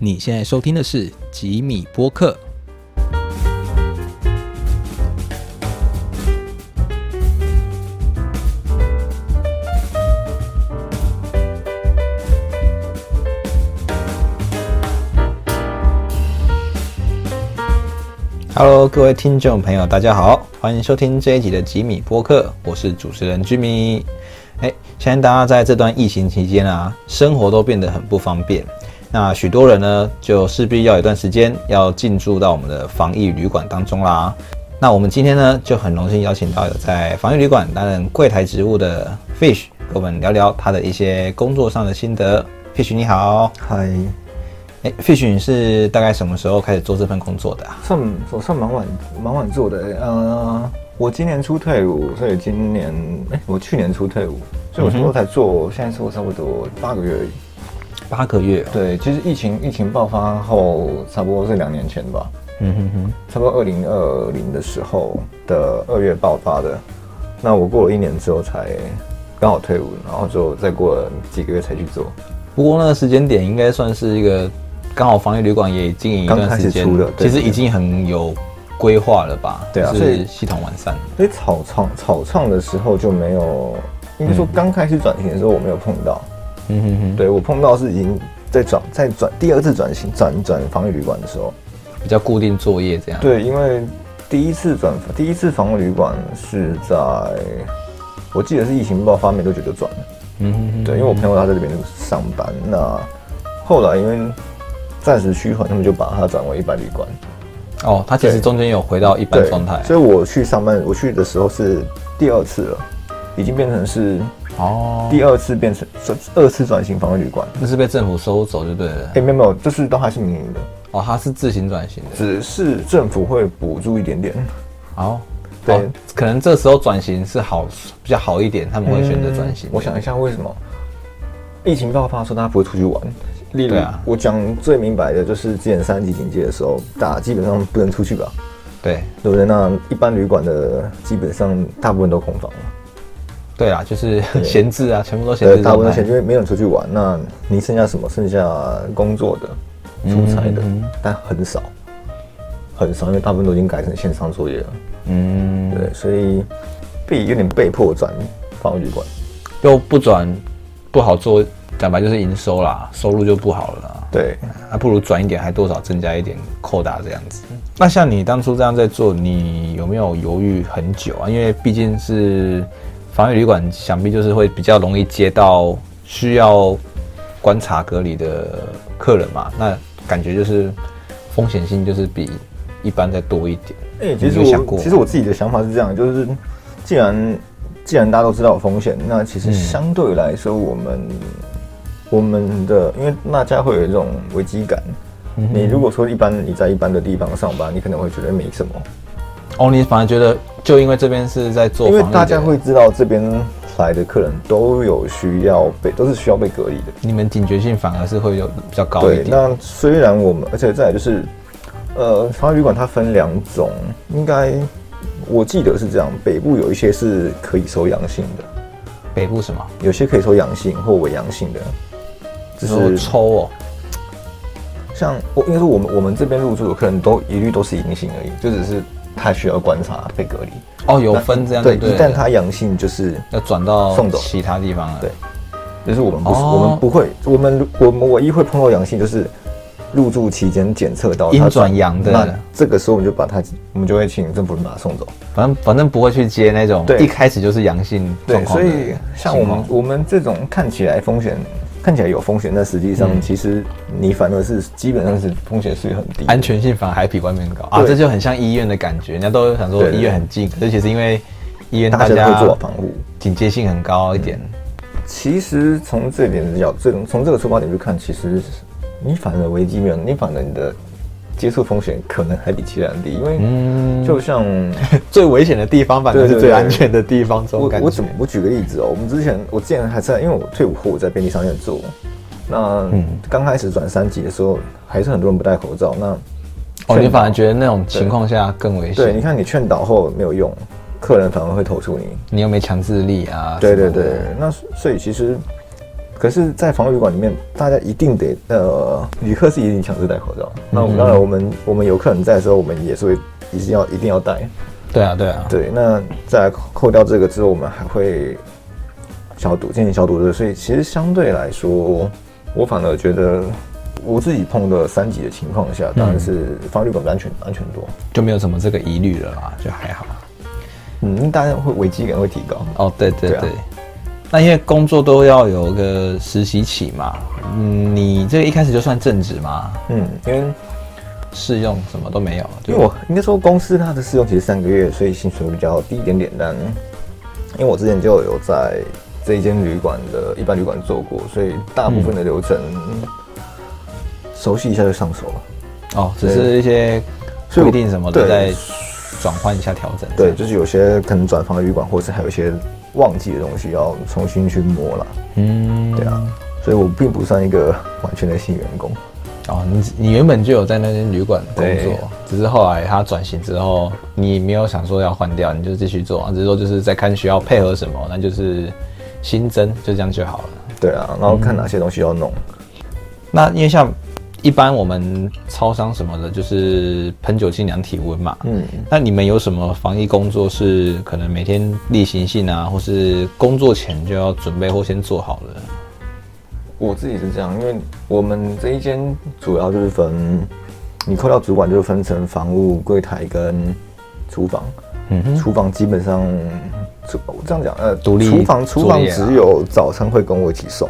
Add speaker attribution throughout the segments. Speaker 1: 你现在收听的是吉米播客。
Speaker 2: Hello，各位听众朋友，大家好，欢迎收听这一集的吉米播客，我是主持人吉米。哎，相信大家在这段疫情期间啊，生活都变得很不方便，那许多人呢，就势必要有一段时间要进驻到我们的防疫旅馆当中啦。那我们今天呢，就很荣幸邀请到有在防疫旅馆担任柜台职务的 Fish，跟我们聊聊他的一些工作上的心得。Fish 你好，
Speaker 3: 嗨，
Speaker 2: 哎，Fish 你是大概什么时候开始做这份工作的啊？
Speaker 3: 算我算蛮晚蛮晚做的、欸，呃，我今年初退伍，所以今年哎、我去年初退伍，所以我
Speaker 2: 嗯哼
Speaker 3: 说才做，现在做差不多八个月而已。
Speaker 2: 八个月、哦。
Speaker 3: 对，其实疫情疫情爆发后，差不多是两年前吧，
Speaker 2: 嗯哼哼。
Speaker 3: 差不多二零二零的时候的二月爆发的。那我过了一年之后才刚好退伍，然后就再过了几个月才去做，
Speaker 2: 不过那个时间点应该算是一个刚好防疫旅馆也经营一段时间
Speaker 3: 刚开始出的，
Speaker 2: 其
Speaker 3: 对
Speaker 2: 实已经很有规划了吧？
Speaker 3: 对啊
Speaker 2: 就
Speaker 3: 所
Speaker 2: 是
Speaker 3: 以
Speaker 2: 系统完善。
Speaker 3: 所以草创草创的时候就没有，应该说刚开始转型的时候我没有碰到。
Speaker 2: 嗯哼哼，
Speaker 3: 对我碰到是已经在转在转第二次转型转转防疫旅馆的时候，
Speaker 2: 比较固定作业这样。，
Speaker 3: 对，因为第一次转第一次防疫旅馆是在我记得是疫情爆发没多久就转了，
Speaker 2: 嗯哼哼，
Speaker 3: 对，因为我朋友他在这边上班，那后来因为暂时趋缓，他们就把它转为一般旅馆，
Speaker 2: 哦，他其实
Speaker 3: 对
Speaker 2: 中间有回到一般状态。啊
Speaker 3: 所以我去上班，我去的时候是第二次了，已经变成是
Speaker 2: 哦，
Speaker 3: 第二次变成转二次转型防疫旅馆，
Speaker 2: 那是被政府收走就对了
Speaker 3: 哎、。没有没有，这次都还是民营的。
Speaker 2: 哦，他是自行转型的。
Speaker 3: 只是政府会补助一点点，
Speaker 2: 哦，
Speaker 3: 对
Speaker 2: 哦可能这时候转型是好比较好一点，他们会选择转型。
Speaker 3: 我想一下为什么？疫情爆发的时候，大家不会出去玩。例如，
Speaker 2: 对啊
Speaker 3: 我讲最明白的就是之前三级警戒的时候，大家基本上不能出去吧，
Speaker 2: 对
Speaker 3: 对不对？那一般旅馆的基本上大部分都空房了，
Speaker 2: 对啊，就是 闲置啊，全部都闲
Speaker 3: 对，
Speaker 2: 置
Speaker 3: 大部
Speaker 2: 状
Speaker 3: 分
Speaker 2: 态
Speaker 3: 钱。因为没有人出去玩，那你剩下什么？剩下工作的、出差的，
Speaker 2: 嗯
Speaker 3: 但很少，很少，因为大部分都已经改成线上作业了，
Speaker 2: 嗯，
Speaker 3: 对，所以被有点被迫转防疫旅馆。
Speaker 2: 又不转，不好做，讲白就是营收啦，收入就不好了啦。
Speaker 3: 对，
Speaker 2: 还不如转一点，还多少增加一点扣打这样子。那像你当初这样在做，你有没有犹豫很久啊？因为毕竟是防疫旅馆，想必就是会比较容易接到需要观察隔离的客人嘛。那感觉就是风险性就是比一般再多一点。
Speaker 3: 哎、其实
Speaker 2: 你有想过
Speaker 3: 我其实我自己的想法是这样，就是既然既然大家都知道有风险，那其
Speaker 2: 嗯
Speaker 3: 实相对来说，我们、我们的因为大家会有一种危机感。
Speaker 2: 嗯
Speaker 3: 你如果说一般你在一般的地方上班，你可能会觉得没什么，
Speaker 2: 哦，你反而觉得就因为这边是在做
Speaker 3: 因
Speaker 2: 防疫的，
Speaker 3: 为大家会知道这边来的客人都有需要被都是需要被隔离的。
Speaker 2: 你们警觉性反而是会有比较高一
Speaker 3: 对，
Speaker 2: 点。
Speaker 3: 那虽然我们，而且再来就是，呃，防疫旅馆它分两种，应该我记得是这样，北部有一些是可以收阳性的，
Speaker 2: 北部什么？
Speaker 3: 有些可以说阳性或伪阳性的，就
Speaker 2: 说
Speaker 3: 是
Speaker 2: 抽哦，
Speaker 3: 像我应该说我们我们这边入住的客人都一律都是阴性而已，就只是他需要观察被隔离。
Speaker 2: 哦有分这样
Speaker 3: 对，
Speaker 2: 对
Speaker 3: 一
Speaker 2: 了，
Speaker 3: 旦他阳性就是
Speaker 2: 要转到
Speaker 3: 送走
Speaker 2: 其他地方了。
Speaker 3: 对就是我们不、
Speaker 2: 哦
Speaker 3: 我们不会，我们我们唯一会碰到阳性就是入住期间检测到他
Speaker 2: 阴转阳的
Speaker 3: 那这个时候我们就把他我们就会请政府把他送走。
Speaker 2: 反正反正不会去接那种
Speaker 3: 对
Speaker 2: 一开始就是阳性状
Speaker 3: 对，
Speaker 2: 况
Speaker 3: 所
Speaker 2: 的
Speaker 3: 以像我
Speaker 2: 情
Speaker 3: 们
Speaker 2: 况
Speaker 3: 我们这种看起来风险看起来有风险，但实际上
Speaker 2: 嗯
Speaker 3: 其实你反而是基本上是风险是很低的。
Speaker 2: 安全性反而还比外面高啊，
Speaker 3: 对
Speaker 2: 这就很像医院的感觉。人家都想说
Speaker 3: 对对
Speaker 2: 医院很近，可是其实因为医院
Speaker 3: 大
Speaker 2: 大
Speaker 3: 家都
Speaker 2: 家
Speaker 3: 会做好防嗯护。
Speaker 2: 警戒性很高一点，
Speaker 3: 其实从这点角，这种从这个出发点去看，其实你反而危机没有，你反而你的接触风险可能还比其他人低，因
Speaker 2: 嗯
Speaker 3: 为就像、
Speaker 2: 最危险的地方反而
Speaker 3: 对
Speaker 2: 是
Speaker 3: 对
Speaker 2: 最
Speaker 3: 对
Speaker 2: 安全的地方，这种
Speaker 3: 我
Speaker 2: 感觉。
Speaker 3: 我怎么我举个例子哦，我们之前我之前还在，因为我退伍后我在便利商店做，那
Speaker 2: 嗯
Speaker 3: 刚开始转三级的时候，还是很多人不戴口罩，那
Speaker 2: 哦，你
Speaker 3: 劝导
Speaker 2: 反而觉得那种情况下更危
Speaker 3: 对，你
Speaker 2: 险，
Speaker 3: 看你劝导后没有用，客人反而会投诉你，
Speaker 2: 你又没强制力啊。
Speaker 3: 对
Speaker 2: 什
Speaker 3: 对
Speaker 2: 么的
Speaker 3: 对，，那所以其实可是，在防疫旅馆里面，大家一定得呃，旅客是一定强制戴口罩。
Speaker 2: 嗯
Speaker 3: 那我们当然，我们我们有客人在的时候，我们也是会一定要一定要戴。
Speaker 2: 对啊，对啊，
Speaker 3: 对，那再扣掉这个之后，我们还会消毒，进行消毒的。所以其实相对来说，我反而觉得我自己碰到三级的情况下，当然是防疫旅馆比安全安全多。
Speaker 2: 就没有什么这个疑虑了啦，就还好。
Speaker 3: 嗯，大家会危机感会提高。
Speaker 2: 哦，对对
Speaker 3: 对啊
Speaker 2: 对。那因为工作都要有个实习期嘛，嗯，你这个一开始就算正职吗？
Speaker 3: 嗯，因为
Speaker 2: 试用什么都没有，
Speaker 3: 因
Speaker 2: 就
Speaker 3: 为我应该说公司它的试用期是三个月，所以薪水会比较低一点点。但因为我之前就有在这一间旅馆的一般旅馆做过，所以大部分的流程、熟悉一下就上手了。
Speaker 2: 哦，只是一些
Speaker 3: 所
Speaker 2: 规
Speaker 3: 以我
Speaker 2: 定什么的
Speaker 3: 对
Speaker 2: 在转换一下调整。
Speaker 3: 对，，就是有些可能转房旅馆，或是还有一些忘记的东西要重新去摸了。
Speaker 2: 嗯，
Speaker 3: 对啊，所以我并不算一个完全的新员工。
Speaker 2: 哦，你你原本就有在那间旅馆工
Speaker 3: 对
Speaker 2: 作，只是后来他转型之后，你没有想说要换掉，你就继续做，只是说就是在看需要配合什么，那就是新增，就这样就好了。
Speaker 3: 对啊，然后看哪些东西要弄。
Speaker 2: 那因为像一般我们超商什么的，就是喷酒精量体温嘛。
Speaker 3: 嗯，
Speaker 2: 那你们有什么防疫工作是可能每天例行性啊，或是工作前就要准备或先做好了？
Speaker 3: 我自己是这样，因为我们这一间主要就是分，你扣掉主管就是分成房务、柜台跟厨房。
Speaker 2: 嗯哼，
Speaker 3: 厨房基本上，厨我这样讲，呃，
Speaker 2: 独立
Speaker 3: 厨房厨
Speaker 2: 作
Speaker 3: 房
Speaker 2: 业啊
Speaker 3: 只有早餐会跟我一起送，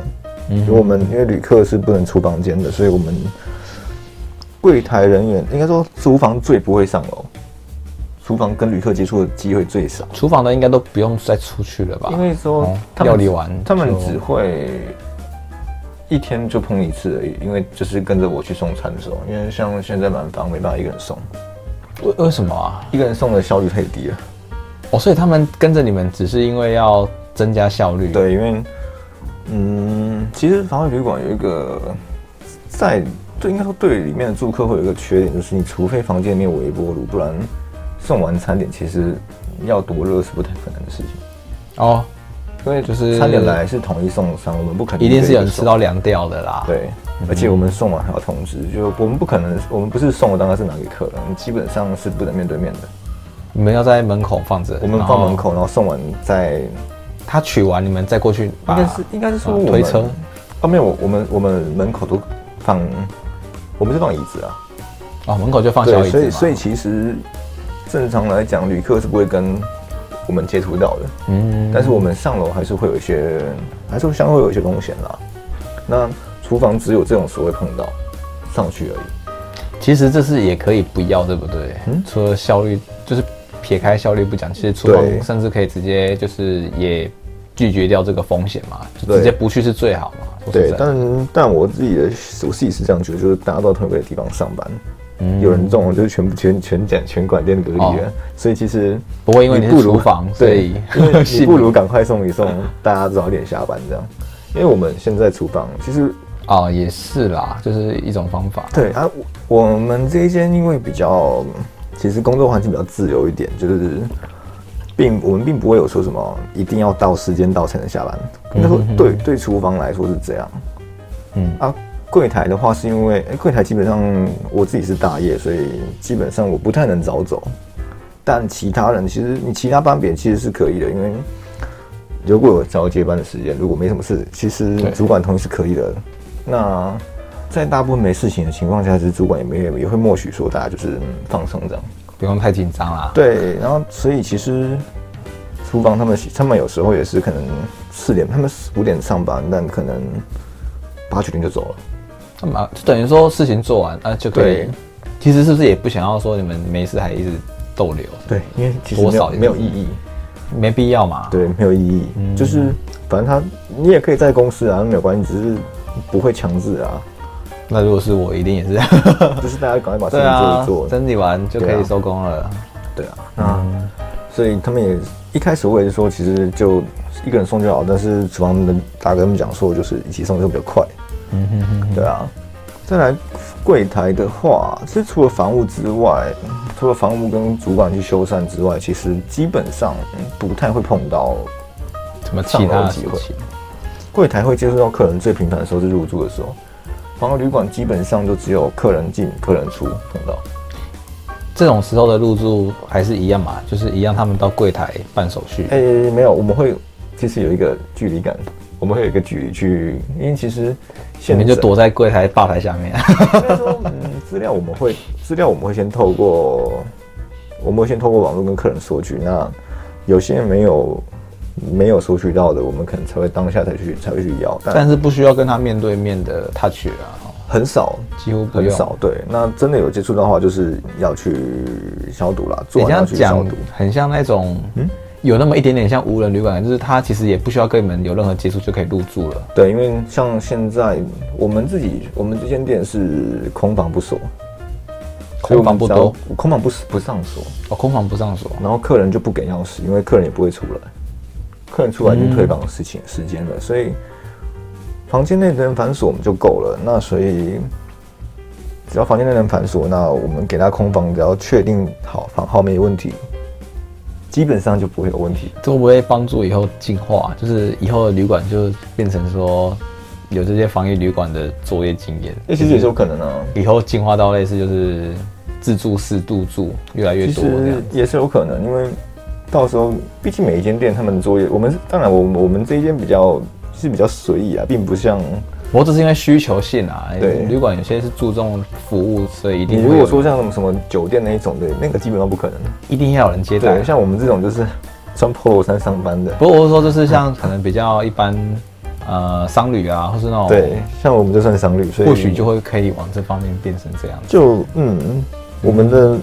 Speaker 2: 嗯
Speaker 3: 因为我们因为旅客是不能出房间的，所以我们柜台人员应该说厨房最不会上楼，厨房跟旅客接触的机会最少。
Speaker 2: 厨房的应该都不用再出去了吧？
Speaker 3: 因为说
Speaker 2: 哦
Speaker 3: 他们
Speaker 2: 料理完
Speaker 3: 他们
Speaker 2: 就
Speaker 3: 只会一天就碰一次而已，因为就是跟着我去送餐的时候，因为像现在满房没办法一个人送，
Speaker 2: 为为什么啊？
Speaker 3: 一个人送的效率太低了。
Speaker 2: 哦，所以他们跟着你们只是因为要增加效率。，
Speaker 3: 对，因为嗯，其实防疫旅馆有一个在对应该说对里面的住客会有一个缺点，就是你除非房间里面有微波炉，不然送完餐点其实要多热是不太可能的事情。
Speaker 2: 哦，
Speaker 3: 因为
Speaker 2: 就是
Speaker 3: 餐点来是统一送上，我们不可能
Speaker 2: 一定是有人
Speaker 3: 个个
Speaker 2: 吃
Speaker 3: 送
Speaker 2: 到凉掉的啦。，
Speaker 3: 对，而且我们送完还要通知，
Speaker 2: 嗯
Speaker 3: 就我们不可能，我们不是送了当然是拿给客人，基本上是不能面对面的。
Speaker 2: 你们要在门口放着，
Speaker 3: 我们
Speaker 2: 然后
Speaker 3: 放门口，然后送完再，
Speaker 2: 他取完，你们再过去
Speaker 3: 应
Speaker 2: 把。
Speaker 3: 该是应该是说
Speaker 2: 啊
Speaker 3: 我们
Speaker 2: 推车，
Speaker 3: 哦没有，我我们我们门口都放，我们是放椅子啊，
Speaker 2: 哦，门口就放小
Speaker 3: 对，
Speaker 2: 椅
Speaker 3: 所
Speaker 2: 子嘛。
Speaker 3: 以所以其实正常来讲，旅客是不会跟我们接触到的，
Speaker 2: 嗯，
Speaker 3: 但是我们上楼还是会有一些，还是相对会有一些风险啦。那厨房只有这种时候会碰到上去而已。
Speaker 2: 其实这是也可以不要，对不对？
Speaker 3: 嗯
Speaker 2: 除了效率，就是撇开效率不讲，其实厨
Speaker 3: 对
Speaker 2: 房甚至可以直接就是也拒绝掉这个风险嘛，就
Speaker 3: 对
Speaker 2: 直接不去是最好嘛。说实
Speaker 3: 对，
Speaker 2: 在
Speaker 3: 但但我自己的我自己是这样觉得，就是大家都在同一个地方上班，
Speaker 2: 嗯
Speaker 3: 有人中了就是全部全全检全管店隔离了，
Speaker 2: 哦
Speaker 3: 所以其实
Speaker 2: 不会因为你
Speaker 3: 不
Speaker 2: 是
Speaker 3: 如
Speaker 2: 厨房，所
Speaker 3: 对
Speaker 2: 以，
Speaker 3: 因为
Speaker 2: 信
Speaker 3: 你不如赶快送一送，大家早点下班这样。因为我们现在厨房其实
Speaker 2: 哦也是啦，就是一种方法。
Speaker 3: 对啊，我我们这一间因为比较其实工作环境比较自由一点，就是并我们并不会有说什么一定要到时间到才能下班，应该说对对厨房来说是这样。
Speaker 2: 嗯
Speaker 3: 啊，柜台的话是因为诶柜、台基本上我自己是大夜，所以基本上我不太能早走。但其他人其实你其他班别其实是可以的，因为如果有早接班的时间，如果没什么事，其实
Speaker 2: 对
Speaker 3: 主管同意是可以的。那在大部分没事情的情况下，其实主管也没也会默许说大家就是嗯放松这样。
Speaker 2: 不用太紧张啦。
Speaker 3: 对，然后所以其实厨房他们他们有时候也是可能四点，他们五点上班，但可能八九点就走了。
Speaker 2: 干嘛？就等于说事情做完啊就可以
Speaker 3: 对。
Speaker 2: 其实是不是也不想要说你们没事还一直逗留？
Speaker 3: 对，因为其实
Speaker 2: 多
Speaker 3: 没有
Speaker 2: 少
Speaker 3: 没有
Speaker 2: 也
Speaker 3: 意
Speaker 2: 是
Speaker 3: 义，嗯
Speaker 2: 没必要嘛。
Speaker 3: 对，没有意义，就是反正他你也可以在公司啊，没有关系，只是不会强制啊，
Speaker 2: 那如果是我，一定也是。
Speaker 3: 就是大家赶快把事
Speaker 2: 对
Speaker 3: 情
Speaker 2: 啊
Speaker 3: 做一，啊做，
Speaker 2: 整理完就可以收工了。
Speaker 3: 对啊，那
Speaker 2: 嗯
Speaker 3: 所以他们也一开始我也是说，其实就一个人送就好，但是厨房的大哥他们讲说，就是一起送就比较快，
Speaker 2: 嗯哼哼
Speaker 3: 对啊，再来柜台的话，其实除了房务之外，除了房务跟主管去修缮之外，其实基本上嗯不太会碰到
Speaker 2: 什么其他的事
Speaker 3: 上楼机
Speaker 2: 情？
Speaker 3: 柜台会接触到客人最频繁的时候是入住的时候，然后旅馆基本上就只有客人进、客人出通道。
Speaker 2: 这种时候的入住还是一样嘛，就是一样，他们到柜台办手续。
Speaker 3: 哎、没有，我们会其实有一个距离感，我们会有一个距离去，因为其实
Speaker 2: 你
Speaker 3: 现在
Speaker 2: 们就躲在柜台吧台下面，
Speaker 3: 应该说，嗯，资料我们会资料我们会先透过，我们会先透过网络跟客人索取。那有些没有没有索取到的，我们可能才会当下才去才会去要，但
Speaker 2: 但是不需要跟他面对面的 touch 啊，哦
Speaker 3: 很少
Speaker 2: 几乎不
Speaker 3: 很
Speaker 2: 用。
Speaker 3: 少。对，那真的有接触到的话，就是要去消毒啦，
Speaker 2: 你这
Speaker 3: 做完
Speaker 2: 样
Speaker 3: 要去消
Speaker 2: 讲
Speaker 3: 毒。
Speaker 2: 很像那种，
Speaker 3: 嗯
Speaker 2: 有那么一点点像无人旅馆，就是他其实也不需要跟你们有任何接触就可以入住了。
Speaker 3: 对，因为像现在我们自己，我们这间店是空房不锁，所以
Speaker 2: 空
Speaker 3: 我
Speaker 2: 房
Speaker 3: 们
Speaker 2: 不
Speaker 3: 只要
Speaker 2: 多，，
Speaker 3: 空房不不上锁。
Speaker 2: 哦，空房不上锁。
Speaker 3: 然后客人就不给钥匙，因为客人也不会出来，客人出来已经退房的事情、时间了，所以房间内的人反锁我们就够了。那所以只要房间内的人反锁，那我们给他空房，只要确定好房号没问题，基本上就不会有问题。
Speaker 2: 这会不会帮助以后进化？就是以后的旅馆就变成说有这些防疫旅馆的作业经验。
Speaker 3: 那其实也是有可能啊，
Speaker 2: 以后进化到类似就是自助式入住越来越
Speaker 3: 其
Speaker 2: 多这样
Speaker 3: 实
Speaker 2: 子。
Speaker 3: 也是有可能，因为到时候毕竟每一间店他们的作业，我们当然我们我们这一间比较是比较随意啊，并不像
Speaker 2: 不过这是因为需求性啊，
Speaker 3: 对
Speaker 2: 旅馆有些是注重服务，所以一
Speaker 3: 你
Speaker 2: 定
Speaker 3: 如
Speaker 2: 会有
Speaker 3: 果说像什么什么酒店那一种的，那个基本上不可能。
Speaker 2: 一定要有人接待
Speaker 3: 对，。像我们这种就是穿 polo 衫上班的，
Speaker 2: 不过我是说就是像可能比较一般呃商旅啊，或是那种
Speaker 3: 对，像我们就算商旅，所以
Speaker 2: 或许就会可以往这方面变成这样子。
Speaker 3: 就嗯，我们的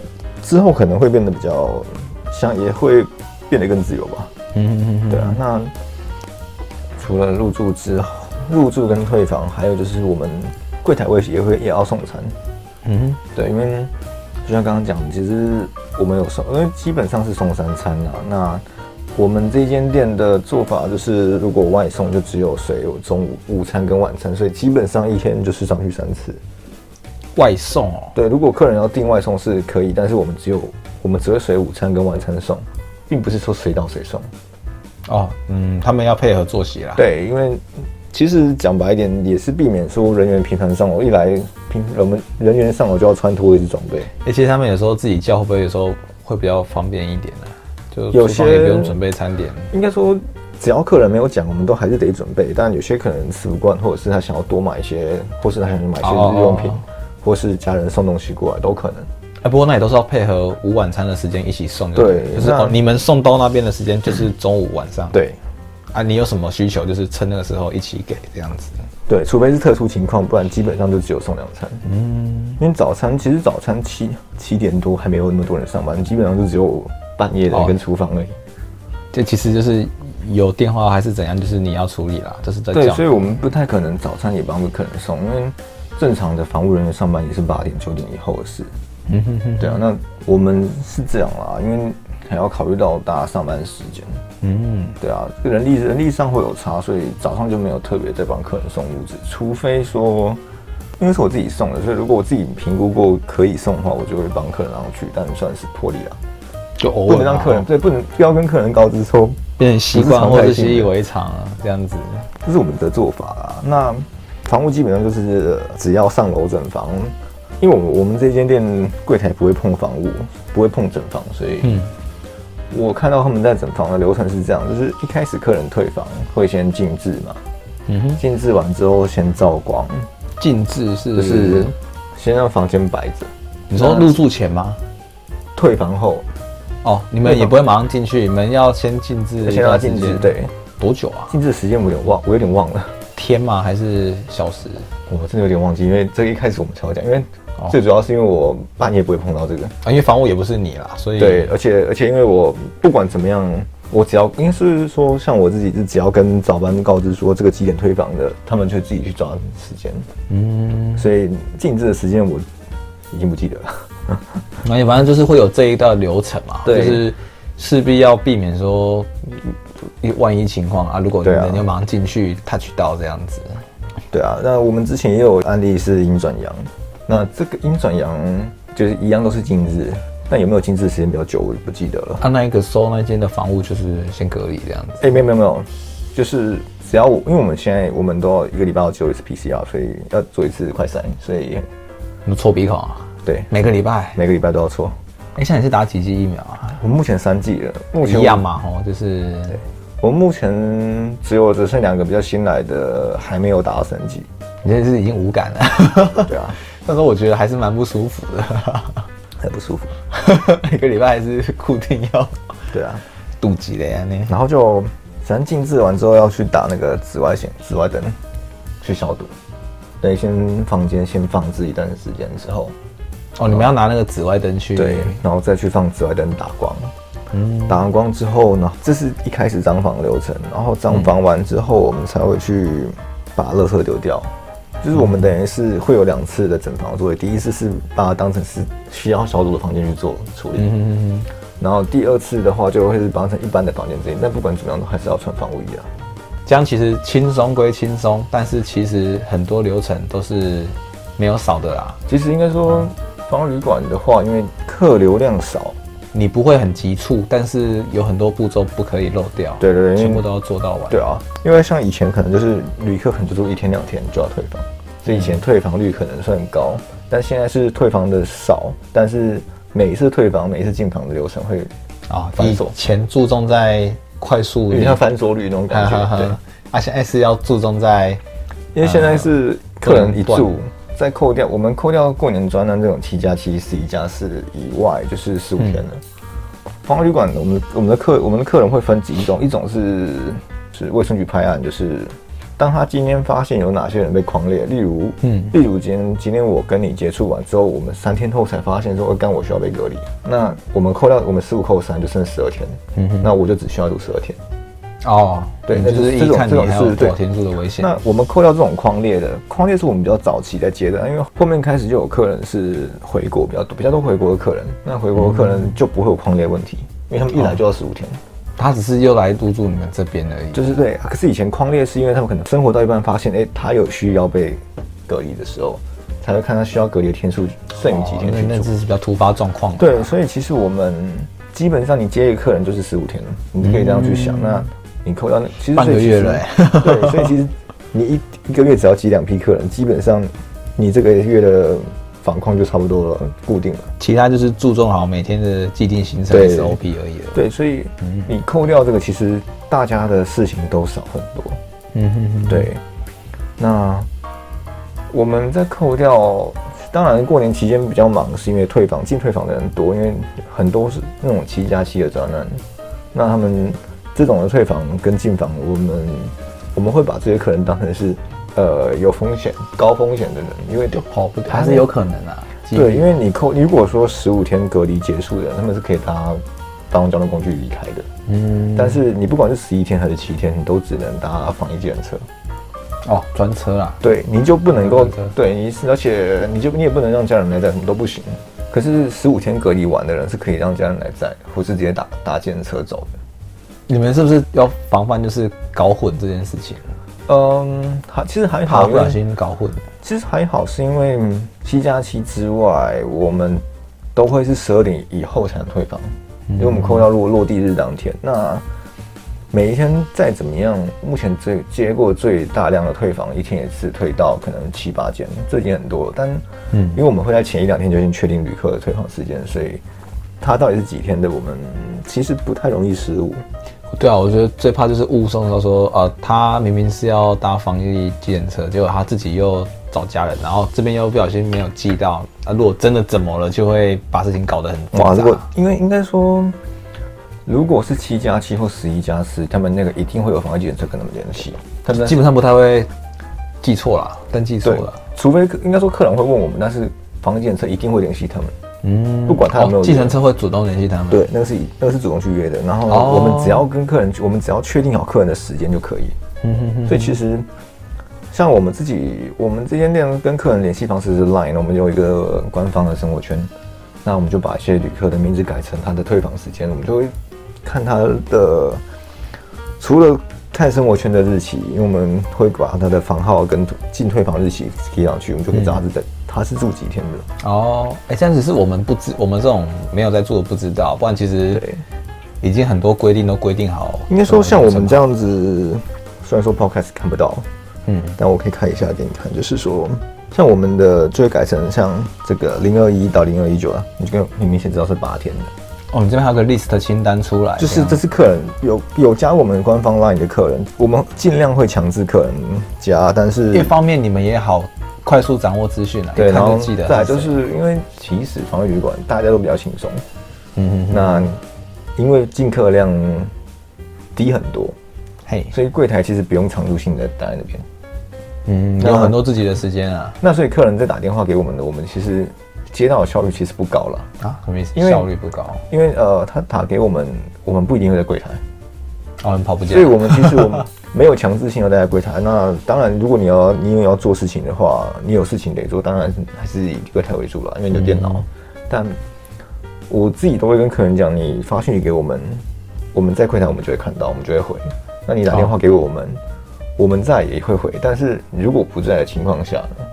Speaker 3: 之后可能会变得比较像，也会变得更自由吧。
Speaker 2: 嗯嗯
Speaker 3: 对啊，那除了入住之后，入住跟退房，还有就是我们柜台位也会也要送餐。
Speaker 2: 嗯，
Speaker 3: 对，因为就像刚刚讲，其实我们有送，因为基本上是送三餐啊。那我们这间店的做法就是，如果外送就只有水有中午午餐跟晚餐，所以基本上一天就是上去三次。
Speaker 2: 外送哦，
Speaker 3: 对，如果客人要订外送是可以，但是我们只有我们只会水午餐跟晚餐送，并不是说谁到谁送。
Speaker 2: 哦，嗯，他们要配合作息啦。
Speaker 3: 对，因为其实讲白一点，也是避免说人员频繁上楼，一来频我们人员上楼就要穿脱衣装备。
Speaker 2: 而且他们有时候自己叫，会不会有时候会比较方便一点呢、就
Speaker 3: 有
Speaker 2: 厨房也
Speaker 3: 些
Speaker 2: 不用准备餐点，
Speaker 3: 应该说，只要客人没有讲，我们都还是得准备。但有些可能吃不惯，或者是他想要多买一些，或是他想买一些
Speaker 2: 哦
Speaker 3: 日用品
Speaker 2: 哦
Speaker 3: 或是家人送东西过来都可能。
Speaker 2: 哎、不过那也都是要配合午晚餐的时间一起送就了
Speaker 3: 对
Speaker 2: 就是
Speaker 3: 那
Speaker 2: 哦，你们送到那边的时间就是中午晚上，
Speaker 3: 对
Speaker 2: 啊，你有什么需求就是趁那个时候一起给这样子，
Speaker 3: 对，除非是特殊情况，不然基本上就只有送两餐。
Speaker 2: 嗯，
Speaker 3: 因为早餐其实早餐七七点多还没有那么多人上班，基本上就只有半夜
Speaker 2: 哦
Speaker 3: 的跟厨房而已。
Speaker 2: 这其实就是有电话还是怎样，就是你要处理啦，这是在
Speaker 3: 对，
Speaker 2: 叫
Speaker 3: 所以我们不太可能早餐也帮客人送，因为正常的房务人员上班也是八点九点以后的事。
Speaker 2: 嗯哼哼，
Speaker 3: 对啊，那我们是这样啦，因为还要考虑到大家上班时间。
Speaker 2: 嗯，
Speaker 3: 对啊，这个人力人力上会有差，所以早上就没有特别在帮客人送物资，除非说，因为是我自己送的，所以如果我自己评估过可以送的话，我就会帮客人让去，但算是破例了，
Speaker 2: 就偶
Speaker 3: 不
Speaker 2: 尔
Speaker 3: 能让
Speaker 2: 嘛
Speaker 3: 客人
Speaker 2: 哦
Speaker 3: 对，不能不要跟客人告知说
Speaker 2: 变成习惯
Speaker 3: 不是常态
Speaker 2: 或者
Speaker 3: 性
Speaker 2: 习
Speaker 3: 的
Speaker 2: 以为常啊，这样子，
Speaker 3: 这是我们的做法啦。那房屋基本上就是呃只要上楼整房，因为我们我们这间店柜台不会碰房屋，不会碰整房，所以
Speaker 2: 嗯，
Speaker 3: 我看到他们在整房的流程是这样，就是一开始客人退房会先静置嘛，
Speaker 2: 嗯哼，
Speaker 3: 静置完之后先照光，
Speaker 2: 静置是
Speaker 3: 就是啊先让房间摆着，
Speaker 2: 你说入住前吗？
Speaker 3: 退房后
Speaker 2: 哦，你们也不会马上进去，你们要先静置一
Speaker 3: 啊先让它
Speaker 2: 段时
Speaker 3: 静置
Speaker 2: 间，，
Speaker 3: 对，
Speaker 2: 多久啊？
Speaker 3: 静置时间我有点忘，我有点忘了，
Speaker 2: 天吗？还是小时？
Speaker 3: 我真的有点忘记，因为这个一开始我们才会讲，因为
Speaker 2: 哦
Speaker 3: 最主要是因为我半夜不会碰到这个。
Speaker 2: 啊，因为房屋也不是你啦，所以
Speaker 3: 对，而且而且因为我不管怎么样，我只要应该是说像我自己是只要跟早班告知说这个几点退房的，他们就自己去抓时间，
Speaker 2: 嗯，
Speaker 3: 所以静置的时间我已经不记得了。
Speaker 2: 那也反正就是会有这一道流程嘛，
Speaker 3: 对
Speaker 2: 就是势必要避免说嗯万一情况啊，如果你
Speaker 3: 对啊
Speaker 2: 能就马上进去 touch 到这样子，
Speaker 3: 对啊，那我们之前也有案例是阴转阳，那这个阴转阳就是一样都是静置，但有没有静置时间比较久，我就不记得了。
Speaker 2: 啊，那一个收那间的房屋就是先隔离这样子，
Speaker 3: 哎、没有没有没有，就是只要我，因为我们现在我们都要一个礼拜要做一次 PCR，所以要做一次快筛，所以
Speaker 2: 你搓鼻孔啊，
Speaker 3: 对
Speaker 2: 每个礼拜。
Speaker 3: 每个礼拜都要做。
Speaker 2: 哎，现在你是打几剂疫苗啊？
Speaker 3: 我们目前三剂了，目前
Speaker 2: 一
Speaker 3: 我
Speaker 2: 样嘛，哦，就是
Speaker 3: 我目前只有只剩两个比较新来的还没有打到三剂，
Speaker 2: 你这是已经无感了。
Speaker 3: 对啊，
Speaker 2: 那时候我觉得还是蛮不舒服的，
Speaker 3: 很不舒服。
Speaker 2: 一个礼拜还是固定要
Speaker 3: 对啊，
Speaker 2: 肚脐的呀，那
Speaker 3: 然后就反正静置完之后要去打那个紫外线、紫外灯去消毒。对，先房间先放置一段时间之后，
Speaker 2: 哦，你们要拿那个紫外灯去，
Speaker 3: 对，然后再去放紫外灯打光。
Speaker 2: 嗯，
Speaker 3: 打完光之后呢，这是一开始张房流程，然后张房完之后，我们才会去把垃圾丢掉。就是我们等于是会有两次的整房作业，第一次是把它当成是需要消毒的房间去做处理，
Speaker 2: 嗯，
Speaker 3: 然后第二次的话就会是当成一般的房间之类，但不管怎么样都还是要穿防护衣啊。
Speaker 2: 这样其实轻松归轻松，但是其实很多流程都是没有少的啦，
Speaker 3: 其实应该说，防旅馆的话，因为客流量少，
Speaker 2: 你不会很急促，但是有很多步骤不可以漏掉，
Speaker 3: 对对对因为
Speaker 2: 全部都要做到完，
Speaker 3: 对啊，因为像以前可能就是旅客可能就住一天两天就要退房，所以以前退房率可能算高，但现在是退房的少，但是每一次退房、每一次进房的流程会
Speaker 2: 啊，
Speaker 3: 繁
Speaker 2: 以
Speaker 3: 琐
Speaker 2: 前注重在快速
Speaker 3: 有
Speaker 2: 率
Speaker 3: 点，像翻桌率那种感觉。对，
Speaker 2: 啊，现在是要注重在
Speaker 3: 因为现在是客人一
Speaker 2: 不能
Speaker 3: 住，再呃扣掉我们扣掉过年专案这种七加七、十一加四以外，就是十五天了。房旅馆，我们我们的客我们的客人会分几种，一种是是卫生局拍案，就是当他今天发现有哪些人被狂猎，例如，
Speaker 2: 嗯
Speaker 3: 例如今天今天我跟你接触完之后，我们三天后才发现说，呃干我需要被隔离，那我们扣掉我们十五扣三就剩十二天，那我就只需要住十二天。
Speaker 2: 哦，
Speaker 3: 对
Speaker 2: 你就是
Speaker 3: 那就是这
Speaker 2: 一
Speaker 3: 种
Speaker 2: 看你
Speaker 3: 这种
Speaker 2: 还有
Speaker 3: 是
Speaker 2: 多
Speaker 3: 对
Speaker 2: 少天数的危险，
Speaker 3: 那我们扣掉这种框列的，框列是我们比较早期在接的，因为后面开始就有客人是回国比较多，比较多回国的客人，那回国的客人就不会有框列问题，嗯哦因为他们一来就要十五天，
Speaker 2: 他只是又来入住你们这边而已，
Speaker 3: 就是对。可是以前框列是因为他们可能生活到一半发现，哎、他有需要被隔离的时候，才会看他需要隔离的天数剩余几天
Speaker 2: 哦那
Speaker 3: 去
Speaker 2: 那
Speaker 3: 住。
Speaker 2: 只是比较突发状况。，
Speaker 3: 对，所以其实我们基本上你接一个客人就是十五天了，你可以这样去想。那你扣掉那其实
Speaker 2: 嗯半个
Speaker 3: 所以其
Speaker 2: 月
Speaker 3: 实
Speaker 2: 了欸
Speaker 3: 对，所以其实你一一个月只要挤两批客人，基本上你这个月的房况就差不多了，固定了。
Speaker 2: 其他就是注重好每天的既定行程
Speaker 3: 对
Speaker 2: SOP 而已了。
Speaker 3: 对，所以嗯你扣掉这个，其实大家的事情都少很多。
Speaker 2: 嗯哼哼，
Speaker 3: 对，那我们在扣掉，当然过年期间比较忙，是因为退房进退房的人多，因为很多是那种七加七的专案，那他们这种的退房跟进房，我们我们会把这些客人当成是呃有风险、高风险的人，因为就
Speaker 2: 跑不还是有可能啊。几率
Speaker 3: 对，因为你扣，你如果说十五天隔离结束的人，他们是可以搭大众交通工具离开的，
Speaker 2: 嗯，
Speaker 3: 但是你不管是十一天还是七天，你都只能搭防疫计程车。
Speaker 2: 哦，专车啦，
Speaker 3: 对，你就不能够
Speaker 2: 嗯对对
Speaker 3: 对你，而且你就你也不能让家人来载，什么都不行。可是十五天隔离完的人是可以让家人来载，或是直接打打计程车走的。
Speaker 2: 你们是不是要防范就是搞混这件事情？
Speaker 3: 嗯，还其实还
Speaker 2: 怕
Speaker 3: 好，
Speaker 2: 不
Speaker 3: 因为
Speaker 2: 小心搞混。
Speaker 3: 其实还好，是因为嗯七加七之外，我们都会是十二点以后才能退房，因为我们扣掉落落地日当天。那每一天再怎么样，目前最接过最大量的退房，一天也是退到可能七八间，这已经很多了。但
Speaker 2: 嗯
Speaker 3: 因为我们会在前一两天就已经确定旅客的退房时间，所以他到底是几天的，我们嗯其实不太容易失误。
Speaker 2: 对啊，我觉得最怕就是误送到说，呃，他明明是要搭防疫计程车，结果他自己又找家人，然后这边又不小心没有记到，啊，如果真的怎么了，就会把事情搞得很
Speaker 3: 哇，
Speaker 2: 复
Speaker 3: 这
Speaker 2: 杂。
Speaker 3: 个因为应该说，如果是七加七或十一加四，他们那个一定会有防疫检测跟他们联系。他们
Speaker 2: 基本上不太会记错啦，但记错
Speaker 3: 对
Speaker 2: 了。，
Speaker 3: 除非客应该说客人会问我们，但是防疫检测一定会联系他们。
Speaker 2: 嗯
Speaker 3: 不管他有没有
Speaker 2: 哦计程车会主动联系他们。，
Speaker 3: 对，那个是那个是主动去约的。然后
Speaker 2: 哦
Speaker 3: 我们只要跟客人，我们只要确定好客人的时间就可以。
Speaker 2: 嗯哼哼
Speaker 3: 所以其实像我们自己，我们这间店跟客人联系方式是 Line，我们有一个官方的生活圈，那我们就把一些旅客的名字改成他的退房时间，我们就会看他的除了。看生活圈的日期，因为我们会把他的房号跟进退房日期贴上去，我们就可以知道他
Speaker 2: 嗯
Speaker 3: 是在、他是住几天的。
Speaker 2: 哦，哎、这样子是我们不知，我们这种没有在做的不知道，不然其实
Speaker 3: 对，
Speaker 2: 啊已经很多规定都规定好。
Speaker 3: 应该说像我们这
Speaker 2: 样，
Speaker 3: 样子虽然说 podcast 看不到，
Speaker 2: 嗯
Speaker 3: 但我可以看一下给你看，就是说，像我们的就会改成像这个零二一到零二一九啊，你就跟你明显知道是八天的，
Speaker 2: 哦，你这边还有个 list 清单出来，
Speaker 3: 就是
Speaker 2: 这
Speaker 3: 这
Speaker 2: 样
Speaker 3: 是客人有有加我们官方 LINE 的客人，我们尽量会强制客人加，但是
Speaker 2: 一方面你们也好快速掌握资讯了，
Speaker 3: 对，
Speaker 2: 一看
Speaker 3: 然
Speaker 2: 就
Speaker 3: 后
Speaker 2: 记得。
Speaker 3: 再来就是，因为其实防疫旅馆大家都比较轻松，
Speaker 2: 嗯嗯，
Speaker 3: 那因为进客量低很多，
Speaker 2: 嘿，
Speaker 3: 所以柜台其实不用常驻性的待在那边。
Speaker 2: 嗯，有很多自己的时间啊
Speaker 3: 那所以客人在打电话给我们的，我们其实接到的效率其实不高了，
Speaker 2: 啊，什么意思？
Speaker 3: 因为
Speaker 2: 效率不高，
Speaker 3: 因为呃，他打给我们，我们不一定会在柜台，
Speaker 2: 哦，你跑不见
Speaker 3: 所以我们其实我们没有强制性要待在柜台。那当然，如果你要你有要做事情的话，你有事情得做，当然还是以柜台为主了，因为你有电脑。但我自己都会跟客人讲，你发讯息给我们，我们在柜台我们就会看到，我们就会回。那你打电话给我们，我们在也会回。但是如果不在的情况下呢，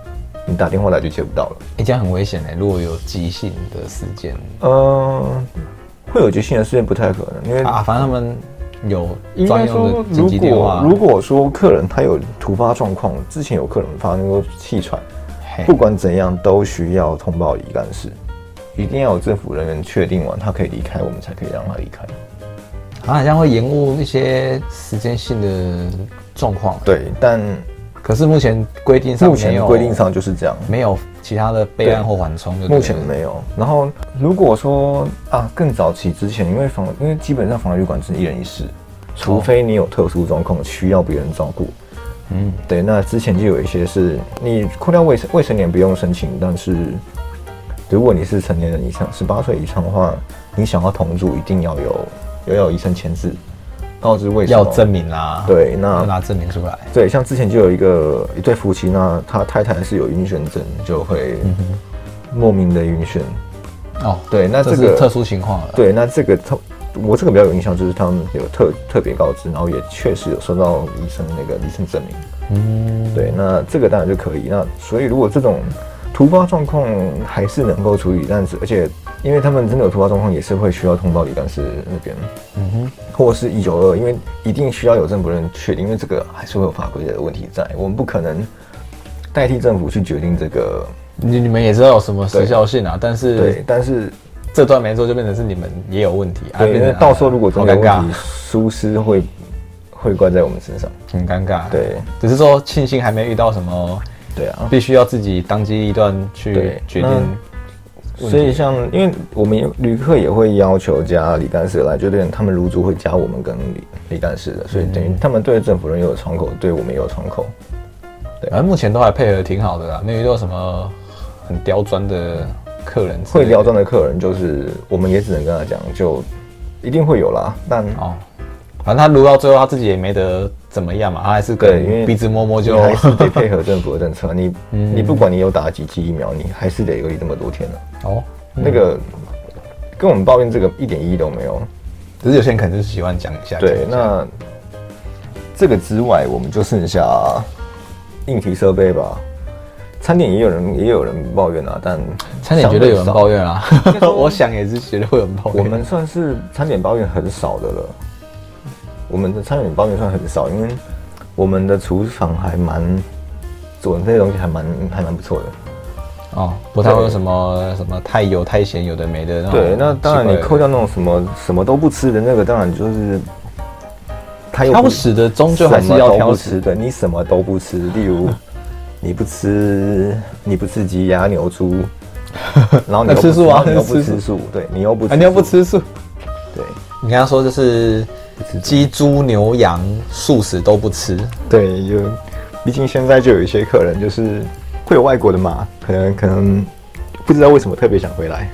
Speaker 3: 你打电话来就接不到了。
Speaker 2: 欸这样很危险哎、如果有急性的事件
Speaker 3: 嗯，会有急性的事件不太可能，因为
Speaker 2: 啊，反正他们有
Speaker 3: 应
Speaker 2: 专
Speaker 3: 该说
Speaker 2: 用，的紧
Speaker 3: 如
Speaker 2: 急电
Speaker 3: 果
Speaker 2: 话。啊
Speaker 3: 如果说客人他有突发状况，之前有客人发生过气喘，
Speaker 2: 嘿
Speaker 3: 不管怎样都需要通报乙干事，一定要有政府人员确定完他可以离开，我们才可以让他离开。
Speaker 2: 啊，好像会延误一些时间性的状况、欸。
Speaker 3: 对，但
Speaker 2: 可是目前规定上
Speaker 3: 目
Speaker 2: 没有
Speaker 3: 前规定上就是这样，
Speaker 2: 没有其他的备案或缓冲就对了，
Speaker 3: 目前没有。然后如果说啊更早期之前，因为房因为基本上房旅馆是一人一室，
Speaker 2: 哦
Speaker 3: 除非你有特殊状况需要别人照顾，
Speaker 2: 嗯
Speaker 3: 对，那之前就有一些是你扣掉未成未成年不用申请，但是如果你是成年人以上，十八岁以上的话，你想要同住一定要有要有医生签字，告知为什么
Speaker 2: 要证明啦。，
Speaker 3: 对，啊
Speaker 2: 要
Speaker 3: 那
Speaker 2: 拿证明出来。
Speaker 3: 对，像之前就有一个一对夫妻，那他太太是有晕眩症，就会
Speaker 2: 嗯
Speaker 3: 莫名的晕眩。
Speaker 2: 哦，
Speaker 3: 对，那
Speaker 2: 这
Speaker 3: 这个
Speaker 2: 是特殊情况了。，
Speaker 3: 对，那这个特我这个比较有印象，就是他们有特特别告知，然后也确实有收到医生那个医生证明。
Speaker 2: 嗯，
Speaker 3: 对，那这个当然就可以。那所以如果这种突发状况还是能够处理，但是而且因为他们真的有突发状况，也是会需要通报理干事那边，
Speaker 2: 嗯哼，
Speaker 3: 或是一九二，因为一定需要有政府人确定，因为这个还是会有法规的问题在，我们不可能代替政府去决定这个。
Speaker 2: 你你们也知道有什么时效性啊，但
Speaker 3: 对
Speaker 2: 是，
Speaker 3: 但是
Speaker 2: 这段没做就变成是你们也有问题啊，
Speaker 3: 对，
Speaker 2: 变
Speaker 3: 因为
Speaker 2: 成
Speaker 3: 到时候如果真的有
Speaker 2: 好尴尬
Speaker 3: 问题，疏失会会怪在我们身上。
Speaker 2: 很尴尬。
Speaker 3: 对，
Speaker 2: 只是说庆幸还没遇到什么
Speaker 3: 对啊，
Speaker 2: 必须要自己当机立断去
Speaker 3: 对
Speaker 2: 决
Speaker 3: 那
Speaker 2: 定。问
Speaker 3: 所以像，因为我们有旅客也会要求加李干事来，就等于他们入住会加我们跟李李干事
Speaker 2: 嗯
Speaker 3: 的，所以等于他们对政府人有窗口，对我们也有窗口。
Speaker 2: 反正目前都还配合挺好的啦，没有遇到什么很刁钻的客人之类的。
Speaker 3: 会刁钻的客人，就是我们也只能跟他讲，就一定会有啦。但
Speaker 2: 哦。反正他撸到最后，他自己也没得怎么样嘛，他还是
Speaker 3: 对
Speaker 2: 跟
Speaker 3: 因为
Speaker 2: 鼻子摸摸
Speaker 3: 你
Speaker 2: 就
Speaker 3: 还是得配合政府的政 策，你
Speaker 2: 嗯
Speaker 3: 你不管你有打几剂疫苗，你还是得隔离这么多天呢、
Speaker 2: 哦。
Speaker 3: 那个跟我们抱怨这个一点意义都没有。
Speaker 2: 只是有些人可能就是喜欢讲一下。
Speaker 3: 对，那这个之外，我们就剩下硬体设备吧。餐点也有人也有人抱怨啊，但
Speaker 2: 餐点绝对有人抱
Speaker 3: 怨。
Speaker 2: 怨啊， 我想也是绝对会有人抱
Speaker 3: 我
Speaker 2: 怨。
Speaker 3: 们算是餐点抱怨很少的了，我们的餐点抱怨算很少，因为我们的厨房还蛮做这些东西还蛮还蛮不错的。
Speaker 2: 哦，不太会有什么什么太油太咸，有的没的那种哦奇怪的。
Speaker 3: 对，那当然你扣掉那种什么什么都不吃的那个，当然就是他又不
Speaker 2: 挑食的，终究还是要挑
Speaker 3: 什么都不吃
Speaker 2: 食。
Speaker 3: 的，你什么都不吃，例 如你不吃你不吃鸡鸭牛猪， 然后你
Speaker 2: 那
Speaker 3: 又不
Speaker 2: 吃素啊
Speaker 3: 然后你又不
Speaker 2: 那吃素
Speaker 3: 吃素，对你又不
Speaker 2: 啊，你又不
Speaker 3: 素，
Speaker 2: 吃素？
Speaker 3: 对
Speaker 2: 你跟他说就是鸡、猪、牛、羊、素食都不吃，
Speaker 3: 对，就毕竟现在就有一些客人就是会有外国的嘛，可能可能不知道为什么特别想回来，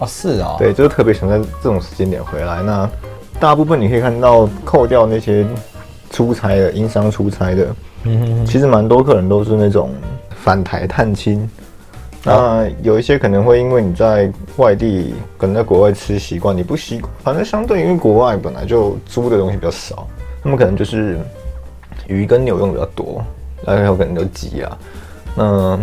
Speaker 2: 哦，是哦，
Speaker 3: 对，就是特别想在这种时间点回来。那大部分你可以看到，扣掉那些出差的、英商出差的，
Speaker 2: 嗯，
Speaker 3: 其实蛮多客人都是那种返台探亲。
Speaker 2: 啊
Speaker 3: 那有一些可能会因为你在外地，可能在国外吃习惯，你不习，反正相对因为国外本来就租的东西比较少，他们可能就是鱼跟牛用比较多，然后有可能就鸡啊。那